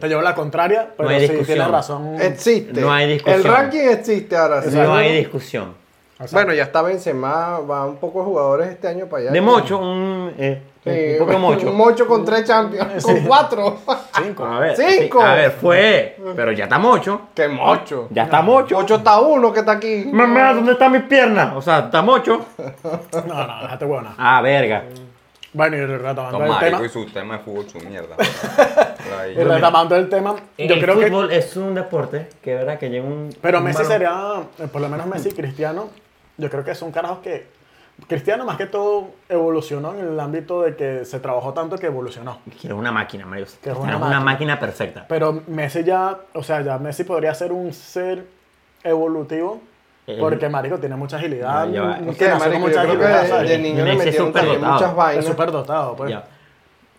Speaker 1: te llevo la contraria, pero
Speaker 2: hay
Speaker 1: sí
Speaker 2: discusión.
Speaker 1: tienes razón.
Speaker 3: Existe.
Speaker 2: No hay discusión.
Speaker 3: El ranking existe ahora sí.
Speaker 2: No hay discusión.
Speaker 1: O sea,
Speaker 3: Bueno, ya está Benzema, va un poco de jugadores este año para allá.
Speaker 2: De mocho, un. eh,
Speaker 3: Sí,
Speaker 2: un poco de mocho.
Speaker 3: Un mocho con tres champions, con cuatro.
Speaker 1: cinco.
Speaker 2: A ver,
Speaker 3: Cinco.
Speaker 2: sí, a ver, fue. Pero ya está mocho.
Speaker 3: ¡Qué mocho!
Speaker 2: Ya está mocho.
Speaker 3: Mocho está uno que está aquí.
Speaker 2: Mamá, ¿dónde está mi pierna? O sea, está mocho.
Speaker 1: No, no, déjate buena.
Speaker 2: Ah, verga.
Speaker 1: Bueno, y retomando el
Speaker 4: No,
Speaker 1: tema.
Speaker 4: marico, y su tema de fútbol, su mierda. Ahí.
Speaker 1: Y retomando el tema, yo
Speaker 2: el
Speaker 1: creo que.
Speaker 2: fútbol es un deporte que, verdad, que llega un.
Speaker 1: Pero
Speaker 2: un
Speaker 1: Messi
Speaker 2: varón-
Speaker 1: sería, eh, por lo menos Messi y Cristiano, yo creo que son carajos que. Cristiano, más que todo, evolucionó en el ámbito de que se trabajó tanto que evolucionó.
Speaker 2: Que es una máquina, Mario.
Speaker 1: Que
Speaker 2: Que
Speaker 1: es
Speaker 2: es
Speaker 1: una
Speaker 2: una,
Speaker 1: máquina.
Speaker 2: máquina perfecta.
Speaker 1: Pero Messi ya, o sea, ya Messi podría ser un ser evolutivo.
Speaker 2: Eh,
Speaker 1: Porque Marico tiene mucha agilidad.
Speaker 2: no, ya va.
Speaker 1: no
Speaker 2: Es
Speaker 3: Que,
Speaker 1: tiene
Speaker 3: marico,
Speaker 1: mucha
Speaker 3: yo creo
Speaker 1: agilidad,
Speaker 3: que de,
Speaker 1: ¿sabes?
Speaker 3: de niño le
Speaker 2: Messi es
Speaker 3: metieron también
Speaker 2: superdotado.
Speaker 3: muchas
Speaker 1: Es
Speaker 3: vainas.
Speaker 1: súper dotado, pues.
Speaker 2: Ya.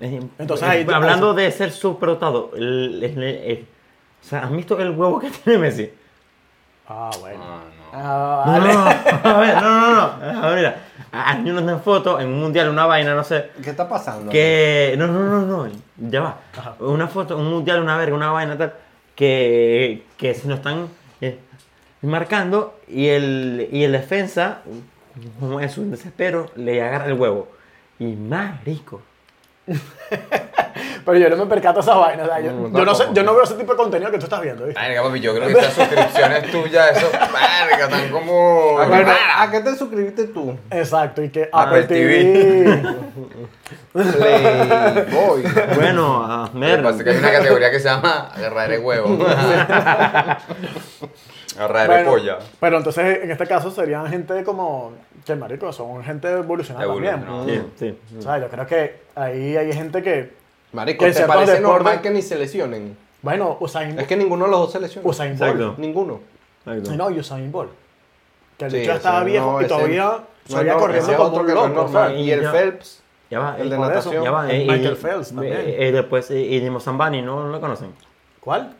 Speaker 2: Eh,
Speaker 1: Entonces,
Speaker 2: eh,
Speaker 1: ahí-
Speaker 2: hablando de ser superotado, el- el- el- o sea, ¿has visto el huevo que tiene Messi?
Speaker 1: Ah, bueno.
Speaker 4: Ah, no.
Speaker 1: Ah,
Speaker 2: No, no,
Speaker 1: vale.
Speaker 2: no, a ver, no, no, no. A ver, mira, hay una foto en un mundial, una vaina, no sé,
Speaker 3: ¿Qué está pasando?
Speaker 2: que, no, no, no, no, ya va, una foto, un mundial, una verga, una vaina, tal, que, que se nos están eh, marcando y el, y el defensa, como es un desespero, le agarra el huevo. Y marico,
Speaker 1: Pero yo no me percato de esas vainas. o sea, yo,
Speaker 3: No,
Speaker 1: yo no sé-
Speaker 3: tampoco.
Speaker 1: yo no veo ese tipo de contenido que tú estás viendo, ¿viste?
Speaker 4: Verga, papi, yo creo que esas suscripciones tuyas, eso, verga, tan como.
Speaker 3: ¿A, qué,
Speaker 4: Verga.
Speaker 3: ¿A qué te suscribiste tú?
Speaker 1: Exacto, y que
Speaker 3: Ah,
Speaker 1: Apple,
Speaker 4: Apple
Speaker 1: TV.
Speaker 3: Playboy.
Speaker 2: Bueno, a
Speaker 4: Lo
Speaker 2: ver.
Speaker 4: que pasa es que hay una categoría que se llama agarrar el huevo. agarrar el
Speaker 1: Bueno,
Speaker 4: polla.
Speaker 1: pero entonces en este caso serían gente como. Que marico, son gente evolucionada también.
Speaker 4: Evolucionada.
Speaker 2: Sí, sí.
Speaker 1: O sea, yo creo que ahí hay gente que.
Speaker 3: Marico,
Speaker 1: Que
Speaker 3: ¿te
Speaker 1: sepan
Speaker 3: parece
Speaker 1: deporte.
Speaker 3: normal que ni se lesionen?
Speaker 1: Bueno, Usain,
Speaker 3: Es que ninguno de los dos se lesiona.
Speaker 1: Usain Bolt.
Speaker 2: Exacto.
Speaker 3: Ninguno.
Speaker 2: Exacto.
Speaker 1: No, y Usain Bolt. Que el
Speaker 3: Sí,
Speaker 1: bicho
Speaker 3: o sea,
Speaker 1: estaba viejo
Speaker 3: no,
Speaker 1: y
Speaker 3: ese-
Speaker 1: todavía
Speaker 3: no
Speaker 1: seguía
Speaker 3: es normal, ese
Speaker 1: corriendo
Speaker 3: es
Speaker 1: como
Speaker 3: otro
Speaker 1: un
Speaker 3: que no es
Speaker 1: loco.
Speaker 3: normal.
Speaker 1: ¿sabes?
Speaker 3: Y el
Speaker 2: Ya.
Speaker 3: Phelps.
Speaker 2: Ya va.
Speaker 3: El
Speaker 2: eh,
Speaker 3: de
Speaker 1: por eso,
Speaker 3: natación.
Speaker 2: ya va. eh,
Speaker 1: Michael
Speaker 2: y-
Speaker 1: Phelps también.
Speaker 2: eh, eh, después, eh, y Nimo Zambani, ¿no? ¿No lo conocen?
Speaker 1: ¿Cuál?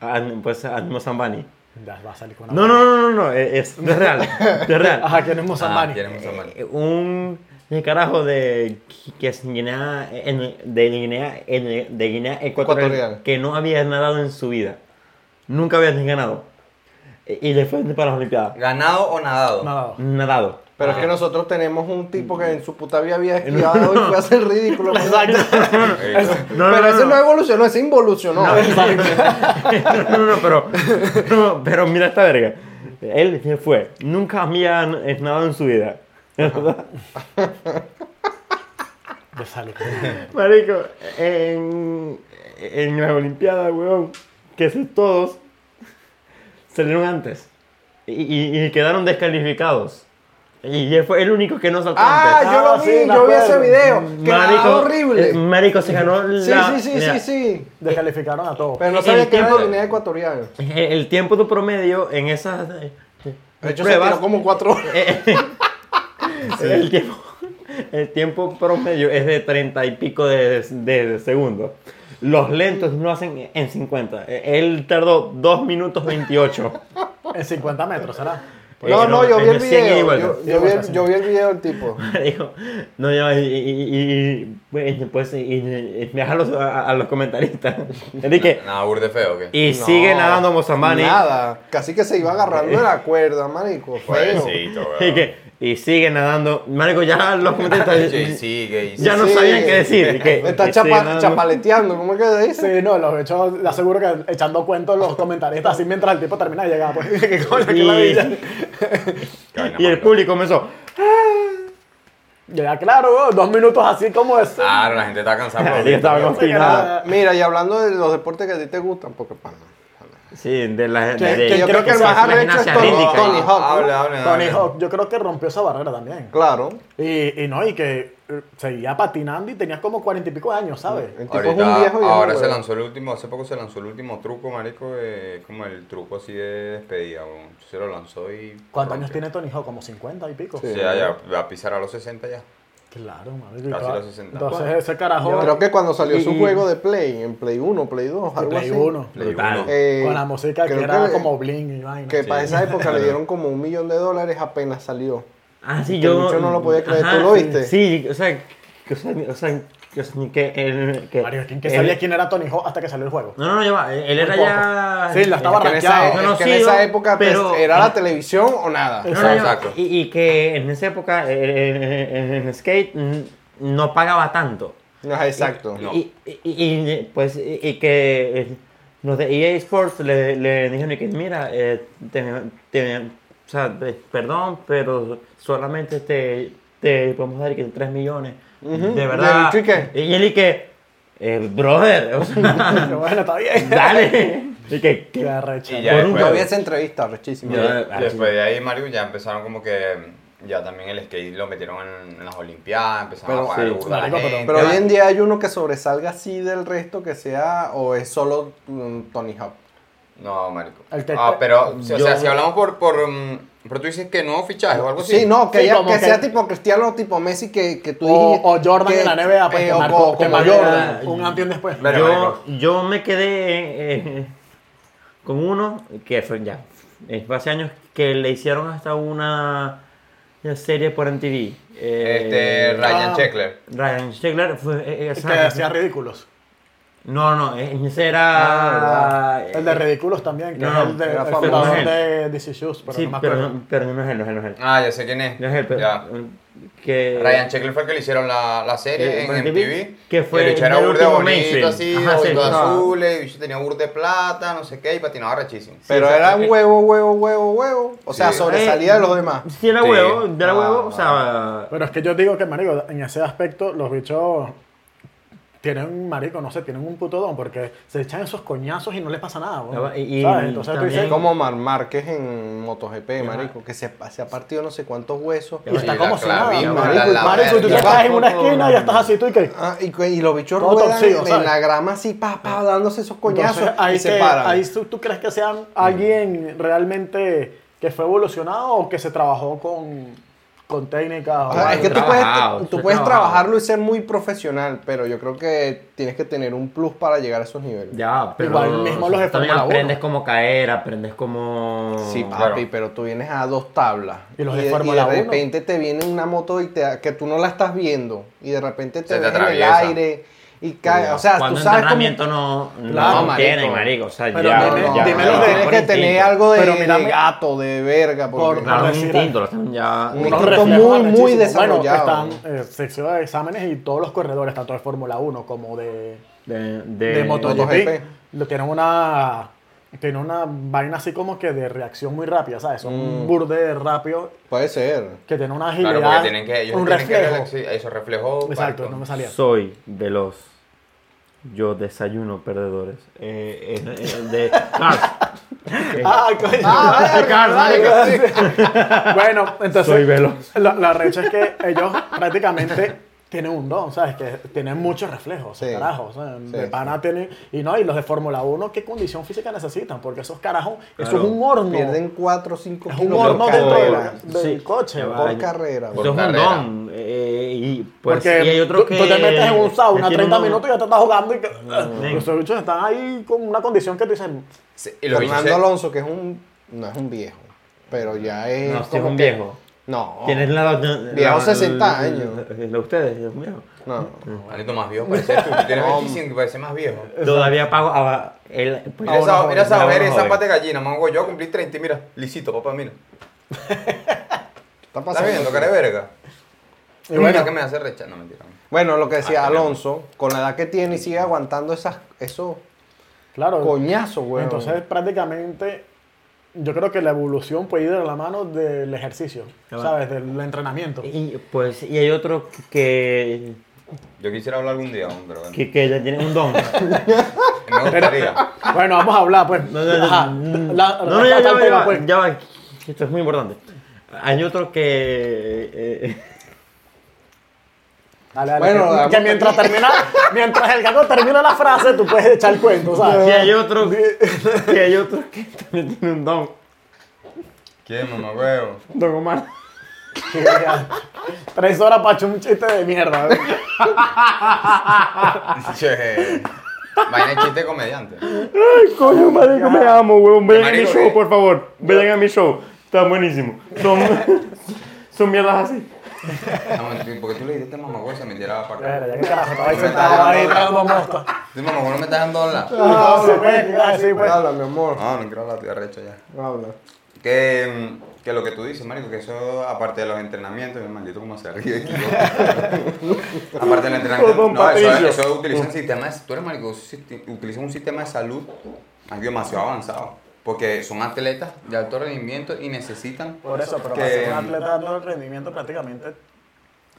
Speaker 2: Ah, pues a Nimo Zambani.
Speaker 1: Ya va a salir con una.
Speaker 2: No, no, no, no, no, eh, es, no es real. no es real.
Speaker 1: Ajá, ¿quién es
Speaker 4: Ah,
Speaker 1: Mozambani?
Speaker 4: queremos a Mani.
Speaker 2: Eh, Un eh, carajo de que es Guinea, en- de Guinea, en- de Guinea Ecuatorial,
Speaker 3: Ecuatorial.
Speaker 2: que no había nadado en su vida. Nunca había ganado. Eh, Y después para las Olimpiadas.
Speaker 4: ¿Ganado o nadado?
Speaker 1: Nadado.
Speaker 2: Nadado.
Speaker 3: Pero es que nosotros tenemos un tipo que en su puta vida había esquivado y fue a hacer ridículo.
Speaker 1: Exacto.
Speaker 4: Eso.
Speaker 2: No, no,
Speaker 3: pero
Speaker 2: no,
Speaker 3: ese no,
Speaker 2: no.
Speaker 3: evolucionó, ese involucionó.
Speaker 2: no, no, no, pero, no, pero mira esta verga. Él se fue. Nunca había n- nadado en su vida.
Speaker 1: Ya sale con
Speaker 2: Marico, en, en las Olimpiadas, weón, que se- todos salieron antes. Y, y- y quedaron descalificados. Y él fue el único que no saltó
Speaker 3: Ah,
Speaker 2: antes.
Speaker 3: yo
Speaker 1: Ah,
Speaker 3: lo vi,
Speaker 1: sí, me
Speaker 3: yo vi
Speaker 1: acuerdo.
Speaker 3: ese video. Que nada
Speaker 2: eh,
Speaker 3: horrible.
Speaker 2: Marico se ganó la.
Speaker 3: Sí, sí, sí,
Speaker 2: mira,
Speaker 3: sí, sí.
Speaker 1: Descalificaron a todos.
Speaker 3: Pero no
Speaker 2: El
Speaker 3: sabía que era
Speaker 2: tiempo-
Speaker 3: de Guinea Ecuatorial.
Speaker 2: El, el tiempo de promedio en esas. eh,
Speaker 3: De hecho, se
Speaker 2: pruebas-
Speaker 3: tiró como cuatro horas.
Speaker 2: Eh, el, tiempo, el tiempo promedio es de 30 y pico de, de segundos. Los lentos no hacen en 50. Eh, Él tardó 2 minutos 28.
Speaker 1: En 50 metros, ¿será?
Speaker 2: Oye,
Speaker 3: no,
Speaker 2: que
Speaker 3: no, yo vi el
Speaker 2: es 100
Speaker 3: video.
Speaker 2: igual.
Speaker 3: Yo, yo vi el, yo vi el video del tipo.
Speaker 2: Marico, no, ya, y, y, y- pues, pues, y, y- y déjalo a, a los comentaristas. Así que,
Speaker 4: Nada, burde feo, ¿qué?
Speaker 2: y
Speaker 3: No,
Speaker 2: sigue nadando Eh. Mozambani.
Speaker 3: Nada. Casi que se iba agarrando de la cuerda, marico.
Speaker 2: Pues
Speaker 3: Feo.
Speaker 4: Pobrecito,
Speaker 2: Y,
Speaker 4: weón.
Speaker 2: que, y sigue nadando. Marico, ya los comentaristas.
Speaker 4: Sí, sigue y
Speaker 2: ya no
Speaker 3: Sí.
Speaker 2: sabían qué decir. que-
Speaker 3: Me está
Speaker 2: que
Speaker 3: chapa-
Speaker 2: sigue nadando.
Speaker 3: chapaleteando, ¿cómo es que se dice?
Speaker 1: Sí, no, los hechos, le aseguro que echando cuentos los comentaristas así mientras el tipo termina de llegar, pues. ¿Qué coño, qué
Speaker 2: Y-
Speaker 1: ladilla.
Speaker 4: Qué vaina
Speaker 2: Y
Speaker 4: más
Speaker 2: el
Speaker 4: loca.
Speaker 2: público comenzó.
Speaker 1: Ya, claro, weón, dos minutos así como es.
Speaker 4: Claro, la gente está cansada.
Speaker 2: Marico,
Speaker 4: pero-
Speaker 2: estaba confinado.
Speaker 1: nada.
Speaker 3: Ah, Mira, y hablando de los deportes que a ti te gustan, porque pana.
Speaker 2: Sí, de la
Speaker 1: Que-
Speaker 2: de-
Speaker 1: que
Speaker 3: Yo
Speaker 1: creo
Speaker 3: creo que el
Speaker 1: que
Speaker 3: más
Speaker 1: se
Speaker 3: arrecho es
Speaker 2: imaginación
Speaker 3: Tony,
Speaker 2: rítmica.
Speaker 3: Tony Hawk. ¿no?
Speaker 4: Habla, habla.
Speaker 1: Tony
Speaker 4: habla.
Speaker 1: Hawk, yo creo que rompió esa barrera también.
Speaker 3: Claro.
Speaker 1: Y, y no, y que eh, seguía patinando y tenías como cuarenta y pico de años, ¿sabes?
Speaker 3: El tipo es un
Speaker 4: Ahorita,
Speaker 3: viejo y
Speaker 4: ahora
Speaker 3: es un
Speaker 4: se
Speaker 3: huevo.
Speaker 4: lanzó el último, hace poco se lanzó el último truco, marico, de- como el truco así de despedida, weón. Se lo lanzó y...
Speaker 1: ¿Cuántos
Speaker 4: rompió.
Speaker 1: años tiene Tony Hawk? ¿Como 50 y pico?
Speaker 4: O
Speaker 3: Sí.
Speaker 4: sea, ya va a pisar a los 60 ya.
Speaker 1: Claro, madre.
Speaker 4: Casi los 60.
Speaker 1: Entonces ese carajo...
Speaker 3: Yo Creo que cuando salió su
Speaker 2: Y-
Speaker 3: juego de Play, en Play 1, Play 2, algo
Speaker 1: Play
Speaker 3: así.
Speaker 1: 1.
Speaker 4: Play
Speaker 2: Brutal.
Speaker 4: uno.
Speaker 3: eh,
Speaker 1: con la música que
Speaker 3: creo
Speaker 1: era
Speaker 3: que-
Speaker 1: como bling y vaina.
Speaker 3: Que
Speaker 4: Sí.
Speaker 3: para esa época le dieron como un millón de dólares apenas salió.
Speaker 2: Ah, sí,
Speaker 3: Que
Speaker 2: yo.
Speaker 3: mucho no lo podía creer, ¿tú lo
Speaker 2: sí,
Speaker 3: viste?
Speaker 2: Sí, o sea, que- o sea, o sea, que, o sea, que él. Que,
Speaker 1: Mario, ¿quién que
Speaker 2: él-
Speaker 1: sabía quién era Tony Hawk hasta que salió el juego?
Speaker 2: No, no, no, ya va. Él era
Speaker 1: Muy poco.
Speaker 2: ya.
Speaker 1: Sí, la estaba
Speaker 3: Que en esa,
Speaker 1: rankeado.
Speaker 2: No, no,
Speaker 3: que en
Speaker 2: sí,
Speaker 3: esa
Speaker 2: yo-
Speaker 3: época pues,
Speaker 2: pero-
Speaker 3: era la televisión o nada.
Speaker 2: No, no, no,
Speaker 4: Exacto.
Speaker 2: Y, y que en esa época eh, eh, eh, en skate mm, no pagaba tanto.
Speaker 3: No, exacto.
Speaker 4: No.
Speaker 2: Y, y- y- y, pues, y, y que eh, los de EA Sports le, le dijeron y que mira, eh, te- te- o sea, te- perdón, pero solamente te, te podemos dar y que 3 millones. De verdad.
Speaker 3: ¿Del chique?
Speaker 2: Y él y que, eh, brother, o sea,
Speaker 1: Pero bueno, está bien.
Speaker 2: dale. Y que,
Speaker 1: Qué
Speaker 2: que-
Speaker 1: arrecha.
Speaker 4: Y ya
Speaker 2: Por
Speaker 4: después,
Speaker 3: Yo vi esa entrevista, rechísima.
Speaker 2: Ya.
Speaker 4: después- después de ahí, Mario, ya empezaron como que... Ya también el skate lo metieron en, en las olimpiadas, empezaron
Speaker 3: Pero-
Speaker 4: a pagar
Speaker 2: sí.
Speaker 4: burda a la
Speaker 1: Marico, pero-
Speaker 4: gente.
Speaker 3: Pero hoy en día hay uno que sobresalga así del resto que sea o es solo mm, Tony Hawk.
Speaker 4: No, marico.
Speaker 1: El que-
Speaker 4: Ah, pero, o sea,
Speaker 2: Yo-
Speaker 4: si hablamos por, por... mm, Pero tú dices que no fichajes o algo así.
Speaker 3: Pues Sí, no, que,
Speaker 1: Sí,
Speaker 3: haya-
Speaker 1: como
Speaker 3: que
Speaker 1: que-
Speaker 3: sea tipo Cristiano, tipo Messi, que, que tú
Speaker 1: O,
Speaker 3: dijiste
Speaker 1: o Jordan
Speaker 3: que-
Speaker 1: en la NBA, pues,
Speaker 3: eh,
Speaker 1: que
Speaker 3: o
Speaker 1: marcó-
Speaker 3: co-
Speaker 1: que
Speaker 3: como
Speaker 1: marcó
Speaker 3: Jordan.
Speaker 1: un antes y un después.
Speaker 4: Pero-
Speaker 2: yo, yo me quedé eh, eh, con uno que fue ya eh, fue hace años que le hicieron hasta una, una serie por MTV. eh,
Speaker 4: Este, Ryan
Speaker 1: ah.
Speaker 4: Checkler.
Speaker 2: Ryan Stegler fue. eh, eh,
Speaker 1: Que
Speaker 2: esa-
Speaker 1: hacía ridículos.
Speaker 2: no, no, eh, ese
Speaker 3: Ah,
Speaker 2: era. eh,
Speaker 1: El de ridículos también, que
Speaker 2: No,
Speaker 1: es el, de,
Speaker 3: era
Speaker 1: el
Speaker 3: famoso.
Speaker 1: fundador de DC Shoes, pero
Speaker 2: sí,
Speaker 1: no me
Speaker 2: pero,
Speaker 1: acuerdo.
Speaker 2: no- pero no es él, no es él, no es él.
Speaker 4: Ah, ya sé quién es.
Speaker 2: No es él, pero. eh,
Speaker 4: Ya.
Speaker 2: Que,
Speaker 4: Ryan Checkler fue el que le hicieron la, la serie
Speaker 2: Eh,
Speaker 4: en
Speaker 2: por
Speaker 4: MTV.
Speaker 2: MTV, que fue
Speaker 4: El bicho era
Speaker 2: del
Speaker 4: burde
Speaker 2: último
Speaker 4: bonito,
Speaker 2: mainstream.
Speaker 4: así,
Speaker 2: Ajá, sí,
Speaker 4: ojitos
Speaker 2: ajá.
Speaker 4: azules, el bicho tenía burde plata, no sé qué, y patinaba rechísimo.
Speaker 3: Pero
Speaker 2: Sí,
Speaker 3: era
Speaker 2: exacto.
Speaker 3: huevo, huevo, huevo, huevo. O sea,
Speaker 4: Sí.
Speaker 3: sobresalía de los demás.
Speaker 2: Sí, era
Speaker 4: Sí.
Speaker 2: huevo, era huevo, o
Speaker 3: Ah,
Speaker 2: sea.
Speaker 1: Pero es que yo digo que, marico, en ese aspecto los bichos tienen, marico, no sé, tienen un puto don porque se echan esos coñazos y no les pasa nada,
Speaker 2: Ya va,
Speaker 1: güey.
Speaker 2: y- y
Speaker 1: ¿Sabes? Entonces tú
Speaker 2: también-
Speaker 1: dices,
Speaker 3: Es como Mar Márquez en MotoGP,
Speaker 2: Ajá.
Speaker 3: marico, que se, se ha partido no sé cuántos huesos.
Speaker 1: y está
Speaker 4: Y
Speaker 1: como
Speaker 4: la
Speaker 1: si nada.
Speaker 4: clavícula,
Speaker 1: Marico,
Speaker 4: la
Speaker 1: marico, tú te
Speaker 4: verga.
Speaker 1: estás en una esquina y
Speaker 2: Tampoco-
Speaker 1: estás así tú y que...
Speaker 3: Ah, y, cu- y los bichos
Speaker 1: Todo
Speaker 3: ruedan
Speaker 1: torcido,
Speaker 3: en,
Speaker 1: ¿sabes?
Speaker 3: la grama así, pa, pa, dándose esos
Speaker 1: Entonces,
Speaker 3: coñazos
Speaker 1: ahí
Speaker 3: y se
Speaker 1: que-
Speaker 3: paran.
Speaker 1: ahí tú, tú crees que sean alguien realmente que fue evolucionado o que se trabajó con, con técnicas.
Speaker 3: O
Speaker 1: o
Speaker 3: sea, es
Speaker 1: algo?
Speaker 3: que tú puedes,
Speaker 2: Trabajado,
Speaker 3: tú
Speaker 2: sí,
Speaker 3: puedes
Speaker 2: trabajado.
Speaker 3: trabajarlo y ser muy profesional, pero yo creo que tienes que tener un plus para llegar a esos niveles.
Speaker 2: Ya, pero.
Speaker 1: Igual mismo los de
Speaker 2: También
Speaker 1: Fórmula uno.
Speaker 2: aprendes cómo caer, aprendes cómo.
Speaker 3: Sí, papi,
Speaker 4: claro.
Speaker 3: pero tú vienes a dos tablas.
Speaker 1: Y los de
Speaker 3: de,
Speaker 1: Fórmula uno.
Speaker 3: repente te viene una moto y te, que tú no la estás viendo. Y de repente te,
Speaker 4: Se te
Speaker 3: ves en el
Speaker 4: atraviesa.
Speaker 3: aire y cae. O sea, tú
Speaker 2: Cuando
Speaker 3: sabes cómo.
Speaker 2: entrenamiento no, no
Speaker 3: Claro, marico.
Speaker 2: tienen, marico. O sea,
Speaker 1: Pero
Speaker 2: ya,
Speaker 1: dime-
Speaker 2: ya,
Speaker 1: dime
Speaker 2: ya,
Speaker 1: los de-
Speaker 2: ya,
Speaker 3: tienes
Speaker 2: por
Speaker 3: que
Speaker 2: instinto.
Speaker 3: tener algo de,
Speaker 1: Pero
Speaker 3: de
Speaker 1: mírame-
Speaker 3: gato, de verga. Porque...
Speaker 1: Por-
Speaker 2: Claro,
Speaker 1: por
Speaker 2: un
Speaker 1: decir
Speaker 2: instinto, lo están
Speaker 3: Un
Speaker 2: ya...
Speaker 1: Unos
Speaker 3: instinto
Speaker 1: reflejos
Speaker 3: muy, muy
Speaker 1: arrechísimos. Bueno,
Speaker 3: desarrollado.
Speaker 1: están eh, sección de exámenes y todos los corredores, tanto de Fórmula 1 como de,
Speaker 2: De,
Speaker 1: de,
Speaker 2: de,
Speaker 1: MotoGP,
Speaker 3: Eh, MotoGP.
Speaker 1: lo- tienen una... Tiene una vaina así como que de reacción muy rápida, ¿sabes? Son
Speaker 3: Mm.
Speaker 1: un burde rápido
Speaker 3: Puede ser.
Speaker 1: que tiene una agilidad,
Speaker 4: Claro, porque tienen que, ellos
Speaker 1: un
Speaker 4: tienen
Speaker 1: reflejo.
Speaker 4: que relax- eso reflejó.
Speaker 1: Exacto, no me
Speaker 4: marico.
Speaker 1: salía.
Speaker 2: Soy veloz. Yo desayuno perdedores. Eh, eh, eh, de Cars. Eh,
Speaker 1: Ah, coño.
Speaker 2: de Cars, marico.
Speaker 1: Bueno, entonces.
Speaker 2: Soy veloz.
Speaker 1: La, la recha es que ellos prácticamente tienen un don, ¿sabes? Que tienen muchos reflejos,
Speaker 3: Sí.
Speaker 1: carajos. ¿sabes? de
Speaker 3: Sí.
Speaker 1: pana tienen. Y no, y los de Fórmula 1, ¿qué condición física necesitan? Porque esos carajos, eso
Speaker 2: Claro.
Speaker 1: es un horno.
Speaker 3: Pierden 4 o 5
Speaker 1: es
Speaker 3: kilos
Speaker 1: un
Speaker 3: por
Speaker 1: horno dentro de la-
Speaker 3: carrera.
Speaker 1: del
Speaker 2: Sí.
Speaker 1: coche.
Speaker 2: Ya va.
Speaker 1: por-
Speaker 3: Por carrera.
Speaker 2: Eso es un
Speaker 4: carrera.
Speaker 2: don. eh, y, pues,
Speaker 1: Porque
Speaker 2: y hay otros
Speaker 1: tú-
Speaker 2: que...
Speaker 1: tú te metes en un sauna
Speaker 2: que
Speaker 1: 30
Speaker 2: tienen un-
Speaker 1: minutos y ya te estás jugando. Y que,
Speaker 2: Ven.
Speaker 1: esos bichos están ahí con una condición que tú dices.
Speaker 4: Sí, y los bichos
Speaker 3: Fernando
Speaker 4: se-
Speaker 3: Alonso, que es un. No es un viejo. Pero ya es.
Speaker 2: No, si es
Speaker 3: como
Speaker 2: un
Speaker 3: que-
Speaker 2: viejo.
Speaker 3: No.
Speaker 1: oh,
Speaker 2: Tienes la. la-
Speaker 3: Viejo
Speaker 2: la-
Speaker 3: 60 años.
Speaker 2: la- la- Ustedes, es un viejo.
Speaker 3: No.
Speaker 4: Manito más viejo, parece tú. Tú tienes 25 y parece más viejo.
Speaker 2: Todavía pago a. El, pues,
Speaker 4: Mira esa, mira esa
Speaker 2: a una
Speaker 4: mujer, esa
Speaker 2: joven.
Speaker 4: pata de gallina, mango. Yo cumplí 30 y mira, lisito, papá, mira.
Speaker 3: Está
Speaker 4: ¿Estás
Speaker 3: pasando.
Speaker 4: viendo, cara de verga?
Speaker 1: Y bueno,
Speaker 4: Mira que me hace rechazar, no mentira.
Speaker 3: Bueno, lo que decía
Speaker 4: Ah, claro.
Speaker 3: Alonso, con la edad que tiene y sigue aguantando esas, esos
Speaker 1: claro.
Speaker 3: coñazos, güey.
Speaker 1: Entonces, prácticamente, yo creo que la evolución puede ir de la mano del ejercicio,
Speaker 2: Ya va.
Speaker 1: ¿sabes? Del entrenamiento.
Speaker 2: Y, pues, y hay otro que.
Speaker 4: Yo quisiera hablar algún día, hombre, pero bueno.
Speaker 2: que, que ya tiene un don.
Speaker 4: Me gustaría.
Speaker 1: Bueno, vamos a hablar, pues.
Speaker 2: No, no, no,
Speaker 1: Ajá.
Speaker 2: no.
Speaker 1: La-
Speaker 2: No, no, ya,
Speaker 1: rescata
Speaker 2: ya,
Speaker 1: el
Speaker 2: va,
Speaker 1: tema,
Speaker 2: ya, va,
Speaker 1: pues.
Speaker 2: ya va. Esto es muy importante. Hay otro que. eh,
Speaker 1: Dale, dale,
Speaker 3: Bueno,
Speaker 1: que-
Speaker 3: vamos
Speaker 1: que mientras termina, mientras el gato termina la frase, tú puedes echar el cuento, ¿sabes?
Speaker 2: que hay otro.
Speaker 4: Ah.
Speaker 2: que hay otro que también tiene un don.
Speaker 4: ¿Quién, mamá, huevo?
Speaker 2: Don Omar.
Speaker 1: Ya. Tres horas para echar un chiste de mierda. ¿eh?
Speaker 4: Che. eh, Vaina de chiste de comediante.
Speaker 2: Coño, marico, me amo, weón. Vayan a mi
Speaker 4: Marico, eh.
Speaker 2: show,
Speaker 4: ¿qué?
Speaker 2: por favor. Vayan a mi show. Está buenísimo. Son, son mierdas así.
Speaker 4: No, mentira, porque tú le dijiste mamá, huevo, se me tiraba para
Speaker 1: Verga, ya
Speaker 4: acá.
Speaker 1: que carajo, estaba ahí sentado ahí tragando mosto.
Speaker 4: Sí, mamá, huevo, no me estás dando hablar.
Speaker 1: Ah, sí, pues, ah, sí, pues.
Speaker 3: Habla, mi amor.
Speaker 4: Ah, No, no quiero hablar, te arrecho ya.
Speaker 3: Habla.
Speaker 4: Que, mm, que lo que tú dices, marico, que eso, aparte de los entrenamientos, el maldito como se ríe. tío. aparte del entrenamiento,
Speaker 2: Don
Speaker 4: no, eso,
Speaker 2: Patricio.
Speaker 4: eso utilizan sistemas, tú eres marico, sisti- utilizan un sistema de salud aquí demasiado avanzado. Porque son atletas de alto rendimiento y necesitan
Speaker 1: Por eso, pero
Speaker 4: que-
Speaker 1: para ser un atleta de alto rendimiento prácticamente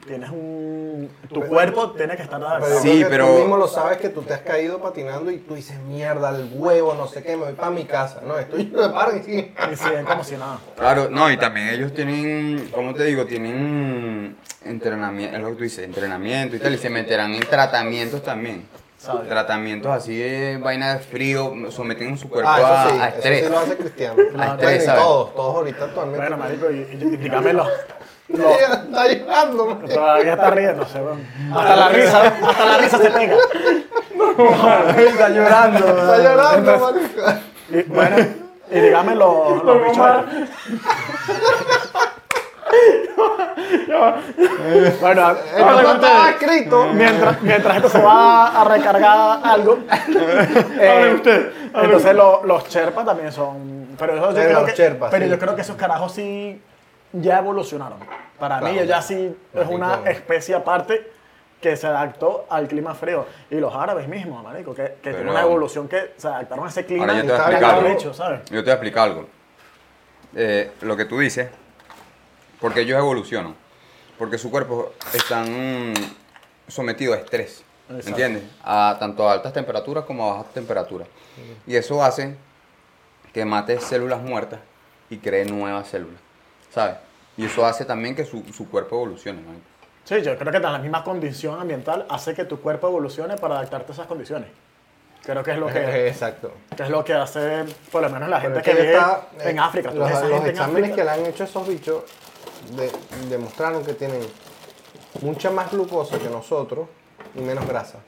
Speaker 1: tienes un... Tu
Speaker 3: Pues,
Speaker 1: cuerpo tiene que estar adaptado.
Speaker 4: Sí,
Speaker 3: yo creo que
Speaker 4: pero-
Speaker 3: Tú mismo lo sabes que tú te has caído patinando y tú dices, mierda, el huevo, no sé qué, me voy para mi casa. No, esto yo me paro y sigue.
Speaker 1: Y siguen como si nada.
Speaker 4: Claro, no, y también ellos tienen, ¿cómo te digo? Tienen entrenamiento, es lo que tú dices, entrenamiento y tal, y se meterán en tratamientos también.
Speaker 1: ¿Sabes?
Speaker 4: Tratamientos así de vaina de frío, someten su cuerpo
Speaker 3: Ah,
Speaker 4: a,
Speaker 3: eso sí,
Speaker 4: a
Speaker 3: eso sí
Speaker 4: estrés.
Speaker 3: lo hace Cristiano.
Speaker 4: A
Speaker 3: Bueno,
Speaker 4: estrés,
Speaker 3: y
Speaker 4: ¿sabes?
Speaker 3: todos, todos ahorita actualmente.
Speaker 1: Bueno, marico, y, y- y dígame los... los-
Speaker 3: Está llorando, man.
Speaker 1: Todavía está riéndose, weón. Hasta la risa, hasta la risa se pega.
Speaker 3: Está llorando,
Speaker 1: Ah,
Speaker 3: Está llorando, marico.
Speaker 1: Y, bueno, y dígame los, los bichos. estos. Bueno,
Speaker 3: Esto no estaba escrito.
Speaker 1: mientras, mientras esto se va a recargar algo. eh, entonces lo- los Sherpas también son. Pero, eso yo
Speaker 4: Eh,
Speaker 3: Pero
Speaker 1: creo
Speaker 3: los
Speaker 1: que,
Speaker 3: Sherpas,
Speaker 1: pero
Speaker 3: sí.
Speaker 1: yo creo que esos carajos sí ya evolucionaron. Para mí,
Speaker 3: Claro.
Speaker 1: ya sí es una
Speaker 3: Marico.
Speaker 1: especie aparte que se adaptó al clima frío. Y los árabes mismos, marico, que, que tienen
Speaker 4: Pero-
Speaker 1: una evolución que se adaptaron a ese clima.
Speaker 4: Ahora yo
Speaker 1: y
Speaker 4: te voy a
Speaker 1: está
Speaker 4: explicar
Speaker 1: bien
Speaker 4: algo.
Speaker 1: hecho, ¿sabes?
Speaker 4: Yo te voy a explicar algo. Eh, lo que tú dices, porque ellos evolucionan, porque su cuerpo están mm, sometido a estrés,
Speaker 1: Exacto.
Speaker 4: ¿entiendes? A tanto a altas temperaturas como a bajas temperaturas. Y eso hace que mate células muertas y cree nuevas células, ¿sabes? Y eso hace también que su, su cuerpo evolucione, man.
Speaker 1: Sí, yo creo que la misma condición ambiental hace que tu cuerpo evolucione para adaptarte a esas condiciones. Creo que es lo
Speaker 4: Eh,
Speaker 1: que,
Speaker 3: Exacto.
Speaker 1: que es lo que hace, por lo menos la gente
Speaker 3: Pero
Speaker 1: que
Speaker 3: es
Speaker 1: vive
Speaker 3: está-
Speaker 1: en
Speaker 3: eh,
Speaker 1: África. Tú
Speaker 3: Los,
Speaker 1: ves esa
Speaker 3: los
Speaker 1: gente en
Speaker 3: exámenes
Speaker 1: África.
Speaker 3: que le han hecho a esos bichos de- demostraron que tienen mucha más glucosa que nosotros y menos grasa.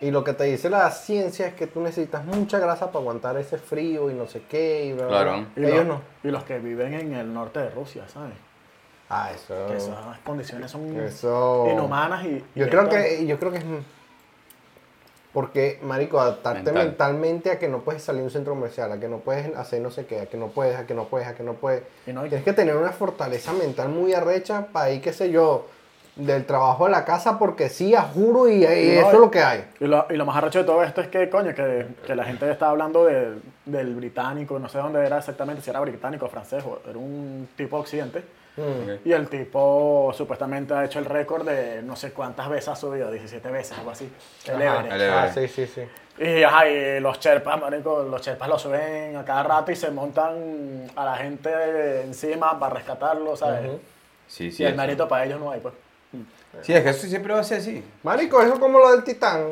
Speaker 3: Y lo que te dice la ciencia es que tú necesitas mucha grasa para aguantar ese frío y no sé qué. Y bla, bla,
Speaker 4: Claro.
Speaker 1: y,
Speaker 3: bla. Ellos
Speaker 1: los,
Speaker 3: no.
Speaker 1: y los que viven en el norte de Rusia, ¿sabes?
Speaker 3: Ah,
Speaker 1: Que
Speaker 3: eso.
Speaker 1: esas condiciones son
Speaker 3: Eso-
Speaker 1: inhumanas y... y
Speaker 3: Yo creo
Speaker 1: esto-
Speaker 3: que, yo creo que es. Porque, marico, adaptarte
Speaker 4: Mental.
Speaker 3: mentalmente a que no puedes salir a un centro comercial, a que no puedes hacer no sé qué, a que no puedes, a que no puedes, a que no puedes.
Speaker 1: Y no hay-
Speaker 3: Tienes que tener una fortaleza mental muy arrecha para ir, qué sé yo, del trabajo a la casa, porque sí, a juro, y, y
Speaker 1: Y no
Speaker 3: eh, eso
Speaker 1: hay-
Speaker 3: es lo que hay.
Speaker 1: Y lo, y lo más arrecho de todo esto es que, coño, que, que la gente está hablando de- del británico, no sé dónde era exactamente, si era británico o francés, o era un tipo occidente.
Speaker 3: Mm.
Speaker 1: Y el tipo supuestamente ha hecho el récord de no sé cuántas veces ha subido, 17 veces, algo así. El
Speaker 3: Ajá.
Speaker 1: Everest.
Speaker 4: el Everest.
Speaker 3: Ah, sí, sí, sí.
Speaker 1: Y, ajá, y los Sherpas, marico, los Sherpas lo suben a cada rato y se montan a la gente encima para rescatarlo, ¿sabes?
Speaker 4: Sí,
Speaker 1: Y el mérito para ellos no hay, pues.
Speaker 4: Sí, es que eso siempre va a ser así.
Speaker 3: Marico, eso es como lo del Titán.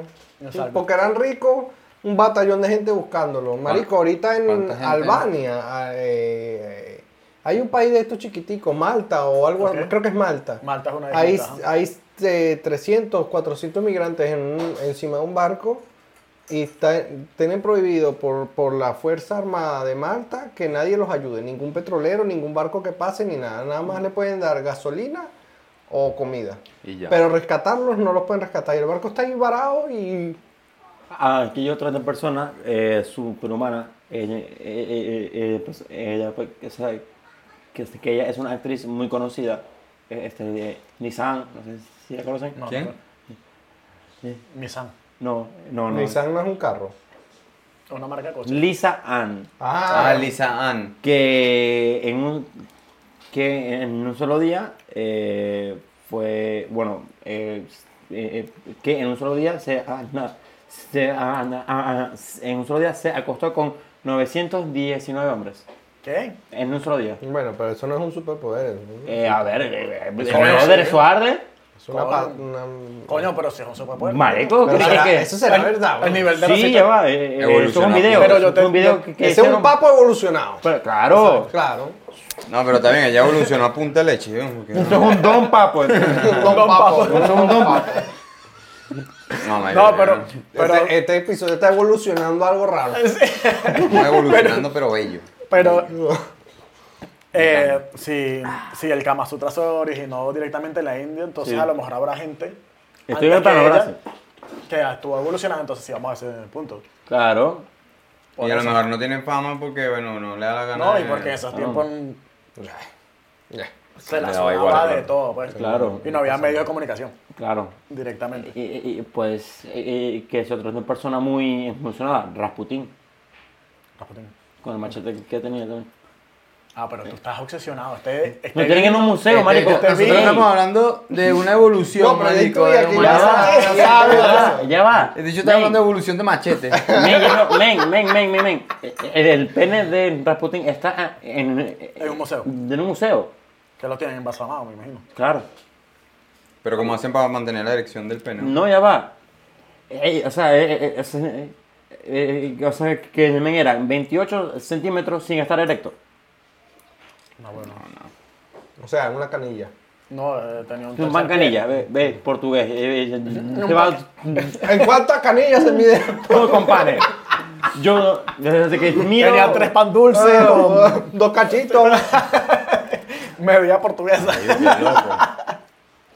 Speaker 1: Exacto.
Speaker 3: Porque eran ricos, un batallón de gente buscándolo. Marico, ahorita en
Speaker 4: cuánta gente?
Speaker 3: Albania ah, eh, eh, hay un país de estos chiquiticos, Malta o algo,
Speaker 1: Ok.
Speaker 3: creo que es Malta.
Speaker 1: Malta es una de
Speaker 3: Hay,
Speaker 1: estas, ajá.
Speaker 3: hay eh, 300, 400 migrantes en un- encima de un barco y está- tienen prohibido por, por la Fuerza Armada de Malta que nadie los ayude, ningún petrolero, ningún barco que pase, ni nada. Nada más le pueden dar gasolina o comida.
Speaker 4: Y ya.
Speaker 3: Pero rescatarlos no los pueden rescatar. Y el barco está ahí varado y
Speaker 2: Ah, aquí hay otra persona eh, superhumana. Ella, eh, eh, eh, pues, ella, pues, que sabe- que, es- que ella es una actriz muy conocida. eh, Este, de Nissan, no sé si la conocen.
Speaker 1: No,
Speaker 4: ¿Quién?
Speaker 1: Nissan.
Speaker 2: No, no, no.
Speaker 3: Nissan no es un carro.
Speaker 1: Una marca de coche.
Speaker 2: Lisa Ann.
Speaker 4: Ah, Lisa Ann.
Speaker 2: Que en un, que en un solo día eh, fue. Bueno, eh, eh, eh, que en un solo día se. ah, na- se- ah, na- ah, ah, en un solo día se acostó con 919 hombres.
Speaker 1: ¿Qué?
Speaker 2: En un solo día.
Speaker 3: Bueno, pero eso no es un superpoder. es-
Speaker 2: Eh, a ver, eh, eh,
Speaker 1: no es
Speaker 2: brother, eso arde.
Speaker 3: Es una,
Speaker 1: Coño.
Speaker 3: pa- una-
Speaker 1: Coño, pero si es un superpoder.
Speaker 2: Marico,
Speaker 3: Pero
Speaker 2: ¿qué
Speaker 3: será-
Speaker 2: crees
Speaker 3: eso será verdad.
Speaker 1: El
Speaker 3: bro.
Speaker 1: nivel de
Speaker 2: Sí, ya va. eh, eh, eso es un
Speaker 4: Evolucionado.
Speaker 2: video.
Speaker 1: Pero yo
Speaker 2: eso es
Speaker 1: te-
Speaker 2: un video
Speaker 1: yo-
Speaker 2: que, que
Speaker 3: Ese es un
Speaker 2: hicieron-
Speaker 3: papo evolucionado.
Speaker 2: Pero claro.
Speaker 3: Claro.
Speaker 4: No, pero también ella evolucionó a punta de leche. ¿eh? Porque-
Speaker 2: Eso es un don papo.
Speaker 3: Don Papo.
Speaker 4: No, marico,
Speaker 1: No, pero. pero
Speaker 3: Este, este episodio está evolucionando algo raro.
Speaker 4: Estamos evolucionando, pero bello.
Speaker 1: Pero eh, si, si el Kama Sutra se originó directamente en la India, entonces
Speaker 2: Sí.
Speaker 1: a lo mejor habrá gente
Speaker 2: Estoy
Speaker 1: antes que
Speaker 2: gastando
Speaker 1: ella
Speaker 2: brazos.
Speaker 1: que estuvo evolucionando, entonces sí vamos a ese punto.
Speaker 2: Claro.
Speaker 4: Y a lo mejor no tienen fama porque, bueno, no le da la gana.
Speaker 1: No,
Speaker 4: de-
Speaker 1: y porque en esos
Speaker 2: Ah.
Speaker 1: tiempos
Speaker 3: Ya.
Speaker 1: se la
Speaker 4: Le daba
Speaker 1: sonaba
Speaker 4: igual,
Speaker 1: de
Speaker 4: claro.
Speaker 1: todo, pues.
Speaker 2: Claro.
Speaker 1: Y no había medios de comunicación
Speaker 2: Claro.
Speaker 1: directamente.
Speaker 2: Y, y- y, pues, eh, eh, que es otra persona muy emocionada, Rasputín,
Speaker 1: Rasputín.
Speaker 2: con el machete que tenía también.
Speaker 1: pues, Ah, pero tú estás obsesionado. Este, este
Speaker 2: Lo tienen en un museo,
Speaker 4: Este,
Speaker 2: marico.
Speaker 4: nosotros
Speaker 1: vi.
Speaker 4: estamos hablando de una evolución,
Speaker 3: No, pero yo
Speaker 4: marico,
Speaker 3: estoy
Speaker 4: de
Speaker 3: aquí,
Speaker 2: Ya
Speaker 4: humanidad.
Speaker 2: va,
Speaker 3: Ya
Speaker 2: ya
Speaker 3: sabes,
Speaker 2: va, ya va.
Speaker 4: De hecho,
Speaker 2: Men,
Speaker 4: estás hablando de evolución de machete.
Speaker 2: men, yo no- Men, men, men, men, men. El, el pene de Rasputín está en,
Speaker 1: En un museo.
Speaker 2: En un museo,
Speaker 1: que lo tienen embalsamado, me imagino.
Speaker 2: claro.
Speaker 4: Pero ¿cómo hacen para mantener la erección del pene?
Speaker 2: No, ya va. Ey, o sea, eh, eh, eh, ese- eh, eh, o sea, que el men era 28 centímetros sin estar erecto.
Speaker 1: No, bueno.
Speaker 3: O sea, una canilla.
Speaker 1: No, eh, tenía un
Speaker 2: Un
Speaker 1: tercer
Speaker 2: bancanilla, ve, ve, portugués. eh, eh, te va
Speaker 3: ¿En cuántas canillas se mide?
Speaker 2: todo con panes. Yo, desde que
Speaker 1: pie.
Speaker 2: miro.
Speaker 1: Tenía tres pan dulces,
Speaker 3: Dos cachitos.
Speaker 1: medida portuguesa.
Speaker 4: Ay, qué loco.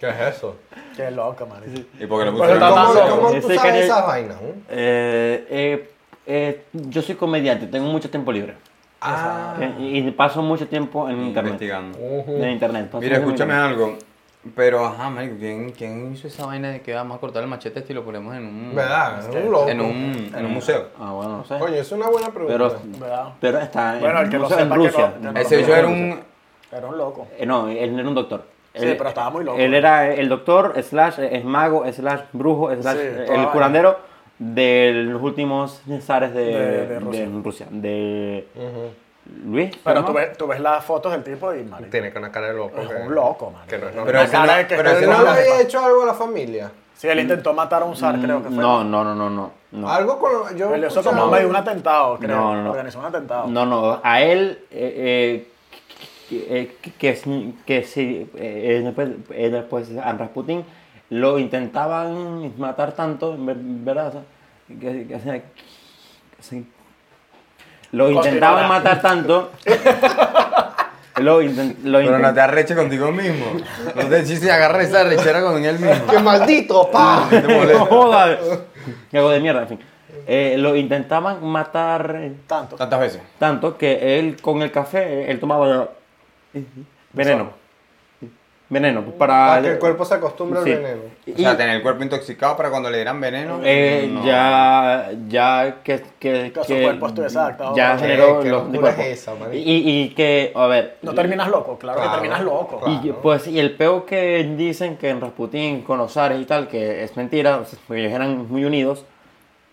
Speaker 3: ¿Qué es eso?
Speaker 1: Qué loco, marico.
Speaker 4: ¿Y porque
Speaker 1: Pero
Speaker 4: le pusieron
Speaker 1: está
Speaker 4: como-
Speaker 1: tan
Speaker 3: ¿Cómo,
Speaker 1: loco.
Speaker 4: como-
Speaker 3: cómo tú
Speaker 2: Ese
Speaker 3: sabes
Speaker 2: canilla-
Speaker 3: esas vainas? eh?
Speaker 2: Eh, eh, eh, yo soy comediante, tengo mucho tiempo libre.
Speaker 3: Ah.
Speaker 2: eh, Y, y paso mucho tiempo en internet.
Speaker 4: Investigando.
Speaker 2: En internet. paso
Speaker 4: Mira,
Speaker 2: mucho en
Speaker 4: escúchame
Speaker 2: internet.
Speaker 4: algo. Pero, ajá, marico, ¿quién, ¿quién hizo esa vaina de que vamos a cortar el machete este y lo ponemos en un...
Speaker 3: ¿Verdad? Es un loco.
Speaker 4: En un, en un museo.
Speaker 2: Ah, bueno, no sé.
Speaker 3: Coño, es una buena pregunta.
Speaker 2: pero,
Speaker 1: ¿Verdad?
Speaker 2: pero está en,
Speaker 1: Bueno, el que lo
Speaker 2: no sé, en
Speaker 1: sepa que no-
Speaker 2: Rusia.
Speaker 1: que no
Speaker 4: Ese bicho era un...
Speaker 1: Era un loco.
Speaker 2: Eh, no, él era un doctor.
Speaker 1: Sí,
Speaker 2: Él-
Speaker 1: pero estaba muy loco.
Speaker 2: Él era el doctor, slash, es mago, slash, brujo, slash,
Speaker 1: Sí,
Speaker 2: eh,
Speaker 1: toda
Speaker 2: el
Speaker 1: vaina.
Speaker 2: curandero de los últimos zares de,
Speaker 1: De- de Rusia.
Speaker 2: de Rusia, de
Speaker 3: Ujú.
Speaker 2: Luis.
Speaker 1: Pero
Speaker 2: ¿no?
Speaker 1: tú ves, tú ves las fotos del tipo y, marico,
Speaker 3: Tiene que una cara de loco.
Speaker 1: es
Speaker 3: que-
Speaker 1: un loco, marico.
Speaker 3: Que no es
Speaker 4: Pero
Speaker 3: normal.
Speaker 1: Una
Speaker 4: ese
Speaker 1: cara
Speaker 4: no-
Speaker 1: de que
Speaker 4: pero
Speaker 1: está
Speaker 4: ese
Speaker 3: Pero
Speaker 1: en
Speaker 3: no
Speaker 1: una
Speaker 3: le había
Speaker 1: depa.
Speaker 3: hecho algo a la familia.
Speaker 1: Sí, él intentó matar a un zar, creo que fue.
Speaker 2: No, no, no, no, no. No,
Speaker 3: Algo con. Yo
Speaker 1: Él hizo
Speaker 3: escuchaba-
Speaker 1: como medio un atentado, creo.
Speaker 2: No, no, no.
Speaker 1: Organizó un atentado.
Speaker 2: no, no, a él, eh, eh, que, que, que- que sí, eh, después, eh, después a Rasputin lo intentaban matar tanto, en ver- ¿verdad? Que, que- que- que- lo intentaban
Speaker 1: Continuará.
Speaker 2: matar tanto. lo inten- lo
Speaker 4: Pero no
Speaker 2: inten-
Speaker 4: te arreches contigo mismo. No te si se agarra esa rechera con él mismo.
Speaker 3: ¡Qué maldito, pa!
Speaker 4: No te molestes.
Speaker 2: No jodas. Me hago de mierda, en fin. Eh, lo intentaban matar. eh,
Speaker 1: Tanto.
Speaker 4: Tantas veces.
Speaker 2: Tanto que él con el café, él tomaba veneno. Veneno, pues, para...
Speaker 3: Para que el cuerpo se acostumbre al
Speaker 2: Sí.
Speaker 3: veneno.
Speaker 4: O
Speaker 2: Y,
Speaker 4: sea, tener el cuerpo intoxicado para cuando le dieran veneno.
Speaker 2: eh,
Speaker 4: no.
Speaker 2: Ya, ya que... Que,
Speaker 1: Que su cuerpo estuve exacto.
Speaker 2: Ya
Speaker 1: Qué-
Speaker 2: generó
Speaker 3: qué
Speaker 2: los
Speaker 3: locura
Speaker 2: anticuerpos.
Speaker 3: es esa, marico.
Speaker 2: y, y que, a ver...
Speaker 1: No terminas loco, claro,
Speaker 3: Claro.
Speaker 1: que terminas loco.
Speaker 3: Claro.
Speaker 2: Y, pues, y el peo que dicen que en Rasputín, con los zares y tal, que es mentira, o sea, porque ellos eran muy unidos,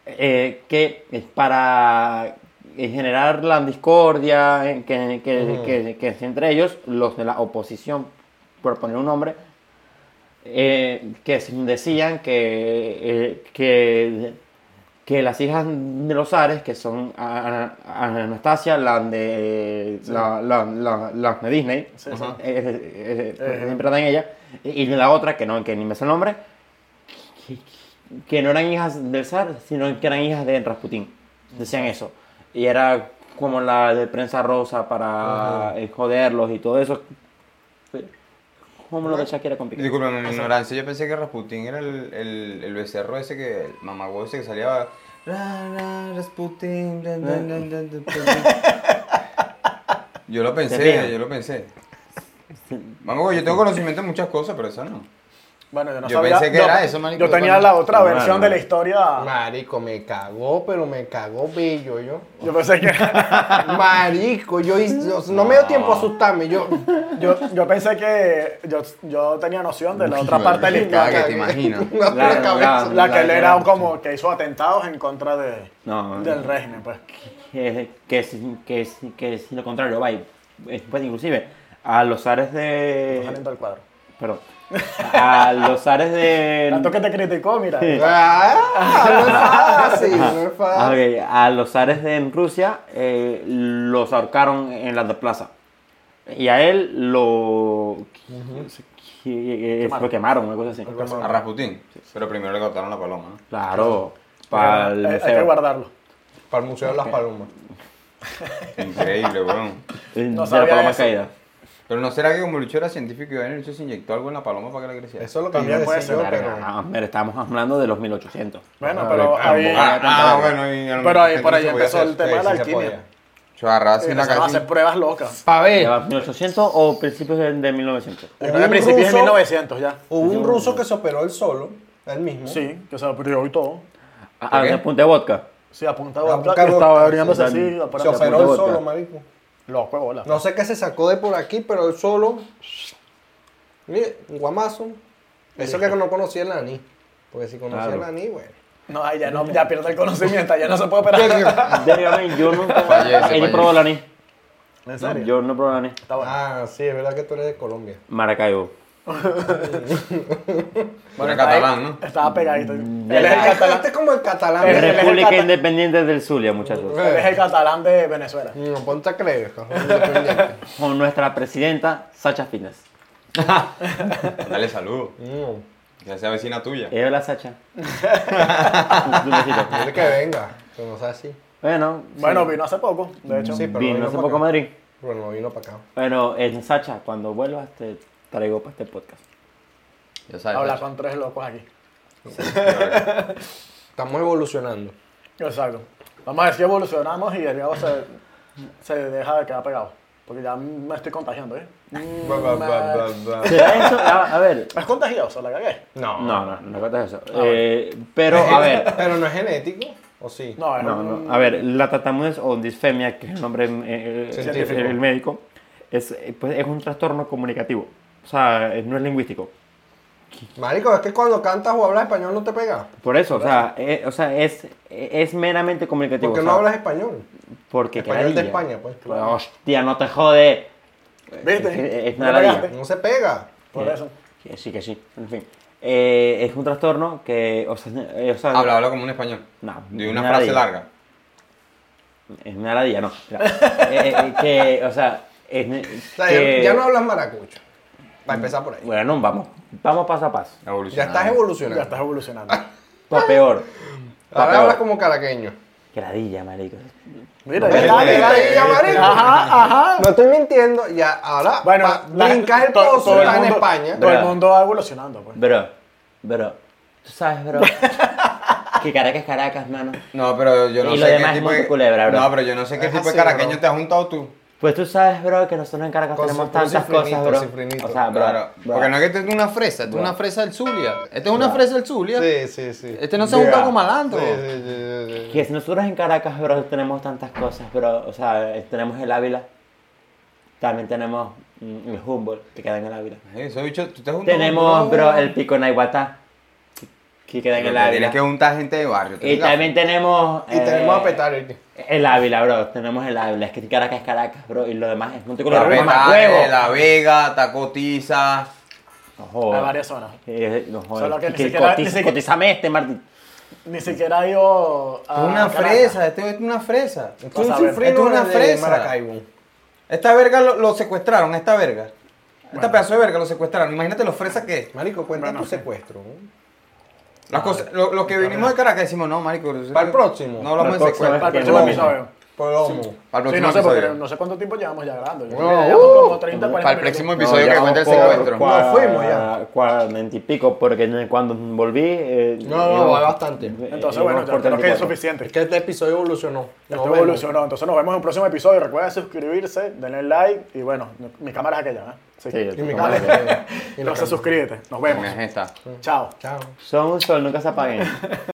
Speaker 2: eh, que es para eh, generar la discordia eh, que, que- que- que es entre ellos, los de la oposición, por poner un nombre, eh, que se- decían que, eh, que, que las hijas de los zares, que son a- a- Anastasia, la de, la, la, la- la de Disney,
Speaker 1: Sí,
Speaker 2: ajá,
Speaker 1: sí.
Speaker 2: eh, eh, eh,
Speaker 1: Ajá.
Speaker 2: siempre está en ella, y y la otra, que no que ni me sé el nombre, que- que no eran hijas del zar, sino que eran hijas de Rasputín. Decían eso. Y era como la de prensa rosa para eh, joderlos y todo eso. Como lo de Shakira con Piqué.
Speaker 4: Disculpen mi ignorancia, yo pensé que Rasputín era el, el, el becerro ese que, el mamagüey ese que salía... Ra, ra, Rasputín, dan, dan, dan, dan, dan, dan". Yo lo
Speaker 2: fijas?
Speaker 4: pensé, yo lo pensé. Mamagüey, yo tengo conocimiento de muchas cosas, pero esa no.
Speaker 1: Bueno, yo no
Speaker 4: Yo
Speaker 1: sabía.
Speaker 4: pensé que era eso, marico,
Speaker 1: Yo tenía
Speaker 4: coño.
Speaker 1: la otra
Speaker 2: Ah,
Speaker 1: versión
Speaker 2: bueno.
Speaker 1: de la historia.
Speaker 3: Marico, me cagó, pero me cagó bello yo.
Speaker 1: Yo pensé que,
Speaker 3: Marico, yo hice- o sea, no me dio tiempo a asustarme. Yo,
Speaker 1: yo, yo pensé que yo, yo tenía noción de la otra parte de la
Speaker 4: Te
Speaker 1: historia.
Speaker 4: cague, te imaginas.
Speaker 3: Una
Speaker 2: Claro,
Speaker 3: sola cabeza.
Speaker 2: claro.
Speaker 1: La que él era
Speaker 2: Ya.
Speaker 1: como que hizo atentados en contra de,
Speaker 2: No,
Speaker 1: del régimen, pues.
Speaker 2: que, que, es, que, es, que es lo contrario, va, y, eh, pues inclusive a los zares
Speaker 1: Nos han entrado
Speaker 2: de...
Speaker 1: el cuadro.
Speaker 2: Perdón. A los zares
Speaker 1: Tanto
Speaker 2: de...
Speaker 1: que te criticó, mira.
Speaker 2: Sí.
Speaker 3: Ah, no es fácil, no es
Speaker 2: Ah,
Speaker 3: fácil.
Speaker 2: ok, A los zares de en Rusia eh, los ahorcaron en la plaza. Y a él lo... que- eh, Lo quemaron, una cosa así.
Speaker 4: A Rasputín. Pero primero le cortaron la paloma, ¿no?
Speaker 2: Claro, para el
Speaker 1: Hay- hay que
Speaker 2: museo.
Speaker 1: guardarlo.
Speaker 3: Para el Museo de las Palomas.
Speaker 4: Increíble, weón.
Speaker 1: No
Speaker 2: Eh, de la
Speaker 1: sabía
Speaker 2: paloma
Speaker 1: eso.
Speaker 2: caída.
Speaker 4: Pero no será que como Lucho era científico y vaina, Lucho se inyectó algo en la paloma para que le creciera.
Speaker 3: Eso es lo que
Speaker 1: También
Speaker 3: me
Speaker 1: puede
Speaker 3: decía
Speaker 1: ser,
Speaker 3: yo, pero...
Speaker 2: Ah, pero estamos hablando de los 1800.
Speaker 1: Bueno,
Speaker 3: Ah,
Speaker 1: pero
Speaker 4: Ah,
Speaker 1: ahí.
Speaker 4: ah, ah, bueno, y a
Speaker 1: Pero
Speaker 4: lo mejor
Speaker 1: ahí por ahí
Speaker 4: entonces voy
Speaker 1: empezó
Speaker 4: a hacer-
Speaker 1: el tema de la alquimia.
Speaker 4: Yo agarraba así
Speaker 1: Sí,
Speaker 4: en la
Speaker 1: empezaron a
Speaker 4: calle.
Speaker 1: hacer pruebas locas.
Speaker 3: Pa' ver,
Speaker 2: ¿De 1800 o principios de, de 1900?
Speaker 1: Yo creo que a
Speaker 3: Un
Speaker 1: principios de
Speaker 3: ruso-
Speaker 1: 1900 ya.
Speaker 3: hubo un ruso que se operó él solo, él mismo.
Speaker 1: Sí, que se abrió y todo.
Speaker 2: Ah,
Speaker 4: ¿Por qué?
Speaker 2: de punta de vodka.
Speaker 1: Sí, apuntado
Speaker 3: Ah,
Speaker 1: a
Speaker 3: buscar
Speaker 1: que estaba
Speaker 3: vodka.
Speaker 1: abriéndose
Speaker 2: O sea,
Speaker 1: así.
Speaker 3: Se
Speaker 1: aparentemente.
Speaker 2: puro
Speaker 3: operó él
Speaker 2: vodka.
Speaker 3: solo, marico.
Speaker 1: Loco de bola.
Speaker 3: No sé qué se sacó de por aquí, pero él solo. Mire, un guamazo. Eso que no conocía el aní. Porque si conocía
Speaker 2: Claro.
Speaker 3: el aní, bueno.
Speaker 1: No, ay, ya, no, ya pierde el conocimiento, ya no se puede operar.
Speaker 2: Déjame, yo nunca...
Speaker 4: Fallece,
Speaker 2: Ella
Speaker 4: fallece.
Speaker 2: probó la anís.
Speaker 1: ¿En serio?
Speaker 2: Yo no probé la anís.
Speaker 1: Está bueno.
Speaker 3: Ah, sí, es verdad que tú eres de Colombia.
Speaker 2: Maracaibo.
Speaker 4: Era
Speaker 1: está ahí-
Speaker 4: catalán, ¿no?
Speaker 1: Estaba pegadito. Él
Speaker 2: Mm, Ya.
Speaker 1: es el
Speaker 3: Ay,
Speaker 1: catalán.
Speaker 3: este es como el
Speaker 2: Eh,
Speaker 3: catalán.
Speaker 1: Él es el
Speaker 2: República
Speaker 1: cata-
Speaker 2: Independiente del Zulia, muchachos.
Speaker 1: Él es el catalán de Venezuela.
Speaker 3: Mm, No, ponte a creer. cabrón, independiente.
Speaker 2: Con nuestra presidenta, Sacha Fitness.
Speaker 4: Dale saludo.
Speaker 3: Mm, No,
Speaker 4: Que sea vecina tuya.
Speaker 2: Eh, Hola, Sacha. Un besito.
Speaker 3: dile que venga, que no sea así.
Speaker 2: bueno,
Speaker 1: Bueno, vino hace poco, de hecho.
Speaker 3: Sí, pero
Speaker 2: vino
Speaker 3: no
Speaker 2: hace
Speaker 3: pa'
Speaker 2: poco a
Speaker 3: acá.
Speaker 2: Madrid.
Speaker 3: Bueno, no vino para acá.
Speaker 2: Bueno, eh, Sacha, cuando vuelvas te traigo para este podcast.
Speaker 4: Ya sabes. eh,
Speaker 1: Hablar
Speaker 4: Sacha.
Speaker 1: con tres locos aquí.
Speaker 3: Estamos evolucionando.
Speaker 1: Exacto. Vamos a ver si evolucionamos y el Diego se, se deja de quedar pegado. Porque ya me estoy contagiando, ¿eh?
Speaker 4: Ba, ba, ba, ba, ba.
Speaker 2: ¿Será eso? A, a ver.
Speaker 1: ¿Me has contagiado? ¿Se la cagué?
Speaker 3: No.
Speaker 2: No, no, no cuentas eso. Eh, pero, a ver.
Speaker 3: Pero no es genético, ¿o sí?
Speaker 1: No, es
Speaker 2: No,
Speaker 1: un-
Speaker 2: no. A ver, la tatamudez o disfemia, que es el nombre eh,
Speaker 3: Científico.
Speaker 2: eh, el médico, es, eh, pues, es un trastorno comunicativo. O sea, eh, no es lingüístico.
Speaker 3: Marico, es que cuando cantas o hablas español no te pega.
Speaker 2: Por eso, o sea, eh, o sea, es, es meramente comunicativo.
Speaker 3: Porque
Speaker 2: o
Speaker 3: no
Speaker 2: sea,
Speaker 3: hablas español.
Speaker 2: Porque qué
Speaker 3: Español de
Speaker 2: ladilla.
Speaker 3: España, pues.
Speaker 2: Bueno, Hostia, no te jode.
Speaker 1: ¿Viste?
Speaker 2: Es que Es
Speaker 1: No
Speaker 2: una
Speaker 1: la
Speaker 2: ladilla.
Speaker 1: pegaste.
Speaker 3: No se pega.
Speaker 1: Por
Speaker 2: Eh,
Speaker 1: eso.
Speaker 2: que sí, que sí. En fin. Eh, es un trastorno que, o sea, eh, o sea,
Speaker 4: Habla, habla como un español.
Speaker 2: No,
Speaker 4: De una
Speaker 2: una
Speaker 4: frase
Speaker 2: ladilla.
Speaker 4: larga.
Speaker 2: es una ladilla, no. Mira, eh, eh, que, o sea, es,
Speaker 3: O sea,
Speaker 2: que-
Speaker 3: ya no hablas maracucho. Para empezar por ahí.
Speaker 2: Bueno, vamos, vamos paso a paso.
Speaker 3: ya
Speaker 4: Evolucionado.
Speaker 3: estás evolucionando.
Speaker 1: Ya estás evolucionando.
Speaker 2: Pa' peor. Pa'
Speaker 3: Ahora
Speaker 2: peor.
Speaker 3: hablas como caraqueño. Eh,
Speaker 2: Que ladilla, marico.
Speaker 1: Mira,
Speaker 4: No,
Speaker 1: ya está
Speaker 4: pero-
Speaker 1: pegadilla, marico. Ajá, ajá.
Speaker 3: No estoy mintiendo. Ya, ahora
Speaker 1: Bueno,
Speaker 3: pa-
Speaker 1: la-
Speaker 3: brincas el
Speaker 1: to-
Speaker 3: pozo,
Speaker 1: todo el
Speaker 3: estás en
Speaker 1: mundo-
Speaker 3: España.
Speaker 1: Todo el
Speaker 2: ¿Verdad?
Speaker 1: mundo va evolucionando, pues.
Speaker 2: Bro, bro. Tú sabes, bro. que Caracas, Caracas, mano.
Speaker 4: No, pero yo no
Speaker 2: Y lo
Speaker 4: sé
Speaker 2: demás
Speaker 4: qué
Speaker 2: es
Speaker 4: tipo de...
Speaker 2: Monte Culebra, bro.
Speaker 4: No, pero yo no sé qué
Speaker 3: Es
Speaker 4: tipo
Speaker 3: así,
Speaker 4: de caraqueño
Speaker 3: bro.
Speaker 4: te has juntado tú.
Speaker 2: Pues tú sabes, bro, que nosotros en Caracas
Speaker 3: Con
Speaker 2: tenemos
Speaker 3: su- con
Speaker 2: tantas
Speaker 3: cifrinito,
Speaker 2: cosas, bro.
Speaker 3: cifrinito.
Speaker 2: O
Speaker 1: Ah,
Speaker 2: sea, bro.
Speaker 4: Claro.
Speaker 2: bro.
Speaker 4: Porque no es que esto es una fresa, esto es una fresa del Zulia. Esto es una fresa del Zulia.
Speaker 3: Sí, sí, sí.
Speaker 4: Este no se ha juntado con malandro.
Speaker 3: Sí, sí, sí, sí, sí.
Speaker 2: Que si nosotros en Caracas, bro, tenemos tantas cosas, bro. O sea, eh, tenemos el Ávila. También tenemos mm, el Humboldt, que queda en el Ávila.
Speaker 4: Eh, soy bicho, tú te has juntado
Speaker 2: Tenemos,
Speaker 4: con-
Speaker 2: bro, el Pico Naiguatá, que- que queda en el
Speaker 4: Pero Tienes que
Speaker 2: Ávila.
Speaker 4: juntar gente de barrio.
Speaker 2: Y
Speaker 4: tienes
Speaker 2: también tenemos...
Speaker 3: Y tenemos
Speaker 2: eh,
Speaker 3: a petar. ¿eh?
Speaker 2: El Ávila, bro. Tenemos el Ávila. Es que Caracas es Caracas, bro. Y lo demás es Monte
Speaker 4: La
Speaker 2: Colorado. Mamá,
Speaker 4: Vega,
Speaker 2: huevo.
Speaker 4: La Vega, Tacotiza.
Speaker 2: No
Speaker 1: Hay
Speaker 2: jodas.
Speaker 1: varias zonas.
Speaker 2: Eh, no jodas.
Speaker 1: Solo que
Speaker 2: Y
Speaker 1: ni
Speaker 2: que
Speaker 1: siquiera-
Speaker 2: cotiz-
Speaker 1: ni siquiera-
Speaker 2: cotizame este, Martín.
Speaker 1: Ni siquiera ha ido a.
Speaker 4: una
Speaker 1: Caracas.
Speaker 4: fresa, este es una fresa. Esto es
Speaker 1: Vas
Speaker 4: un
Speaker 1: a ver,
Speaker 4: cifrino
Speaker 3: Esto es
Speaker 4: de
Speaker 3: una fresa.
Speaker 4: Maracaibo. Esta verga lo, lo secuestraron, esta verga. Esta pedazo de verga lo secuestraron. Imagínate los fresas que es.
Speaker 3: Marico, cuenta tu secuestro. ¿no?
Speaker 4: Las cosas, lo, lo que vinimos de Caracas decimos, no, marico.
Speaker 3: Para el próximo.
Speaker 4: No hablamos en
Speaker 2: Para el próximo
Speaker 4: secuela.
Speaker 1: Para el
Speaker 2: que
Speaker 1: próximo
Speaker 2: no.
Speaker 1: episodio.
Speaker 3: Plomo.
Speaker 4: Para el
Speaker 1: Sí,
Speaker 4: próximo
Speaker 1: no sé, porque
Speaker 4: episodio.
Speaker 1: no sé cuánto tiempo llevamos ya grabando. Yo
Speaker 3: No,
Speaker 1: creo que ya llevamos como 30, 40
Speaker 4: Para el próximo
Speaker 1: minutos.
Speaker 4: episodio que
Speaker 2: ya
Speaker 4: cuenta el
Speaker 2: por
Speaker 4: secuestro.
Speaker 2: cua-
Speaker 3: Nos fuimos ya.
Speaker 2: Cuarenta y pico, porque en- cuando volví. eh,
Speaker 3: No, no,
Speaker 2: íbamos-
Speaker 3: va bastante.
Speaker 1: Entonces,
Speaker 2: íbamos
Speaker 1: bueno, yo
Speaker 2: por
Speaker 1: creo que es
Speaker 2: 34.
Speaker 1: suficiente.
Speaker 3: Es que este episodio evolucionó.
Speaker 1: Esto
Speaker 3: Nos vemos.
Speaker 1: evolucionó. Entonces nos vemos en un próximo episodio. Recuerden suscribirse, denle like y bueno, mi cámara es aquella, ¿eh? Sí.
Speaker 2: Sí,
Speaker 3: Y mi
Speaker 2: vale.
Speaker 3: cámara. Y la
Speaker 1: Entonces suscríbete. Nos vemos.
Speaker 4: Ahí está.
Speaker 1: Chao.
Speaker 3: cámara. Chao.
Speaker 2: Son un sol, nunca se apaguen.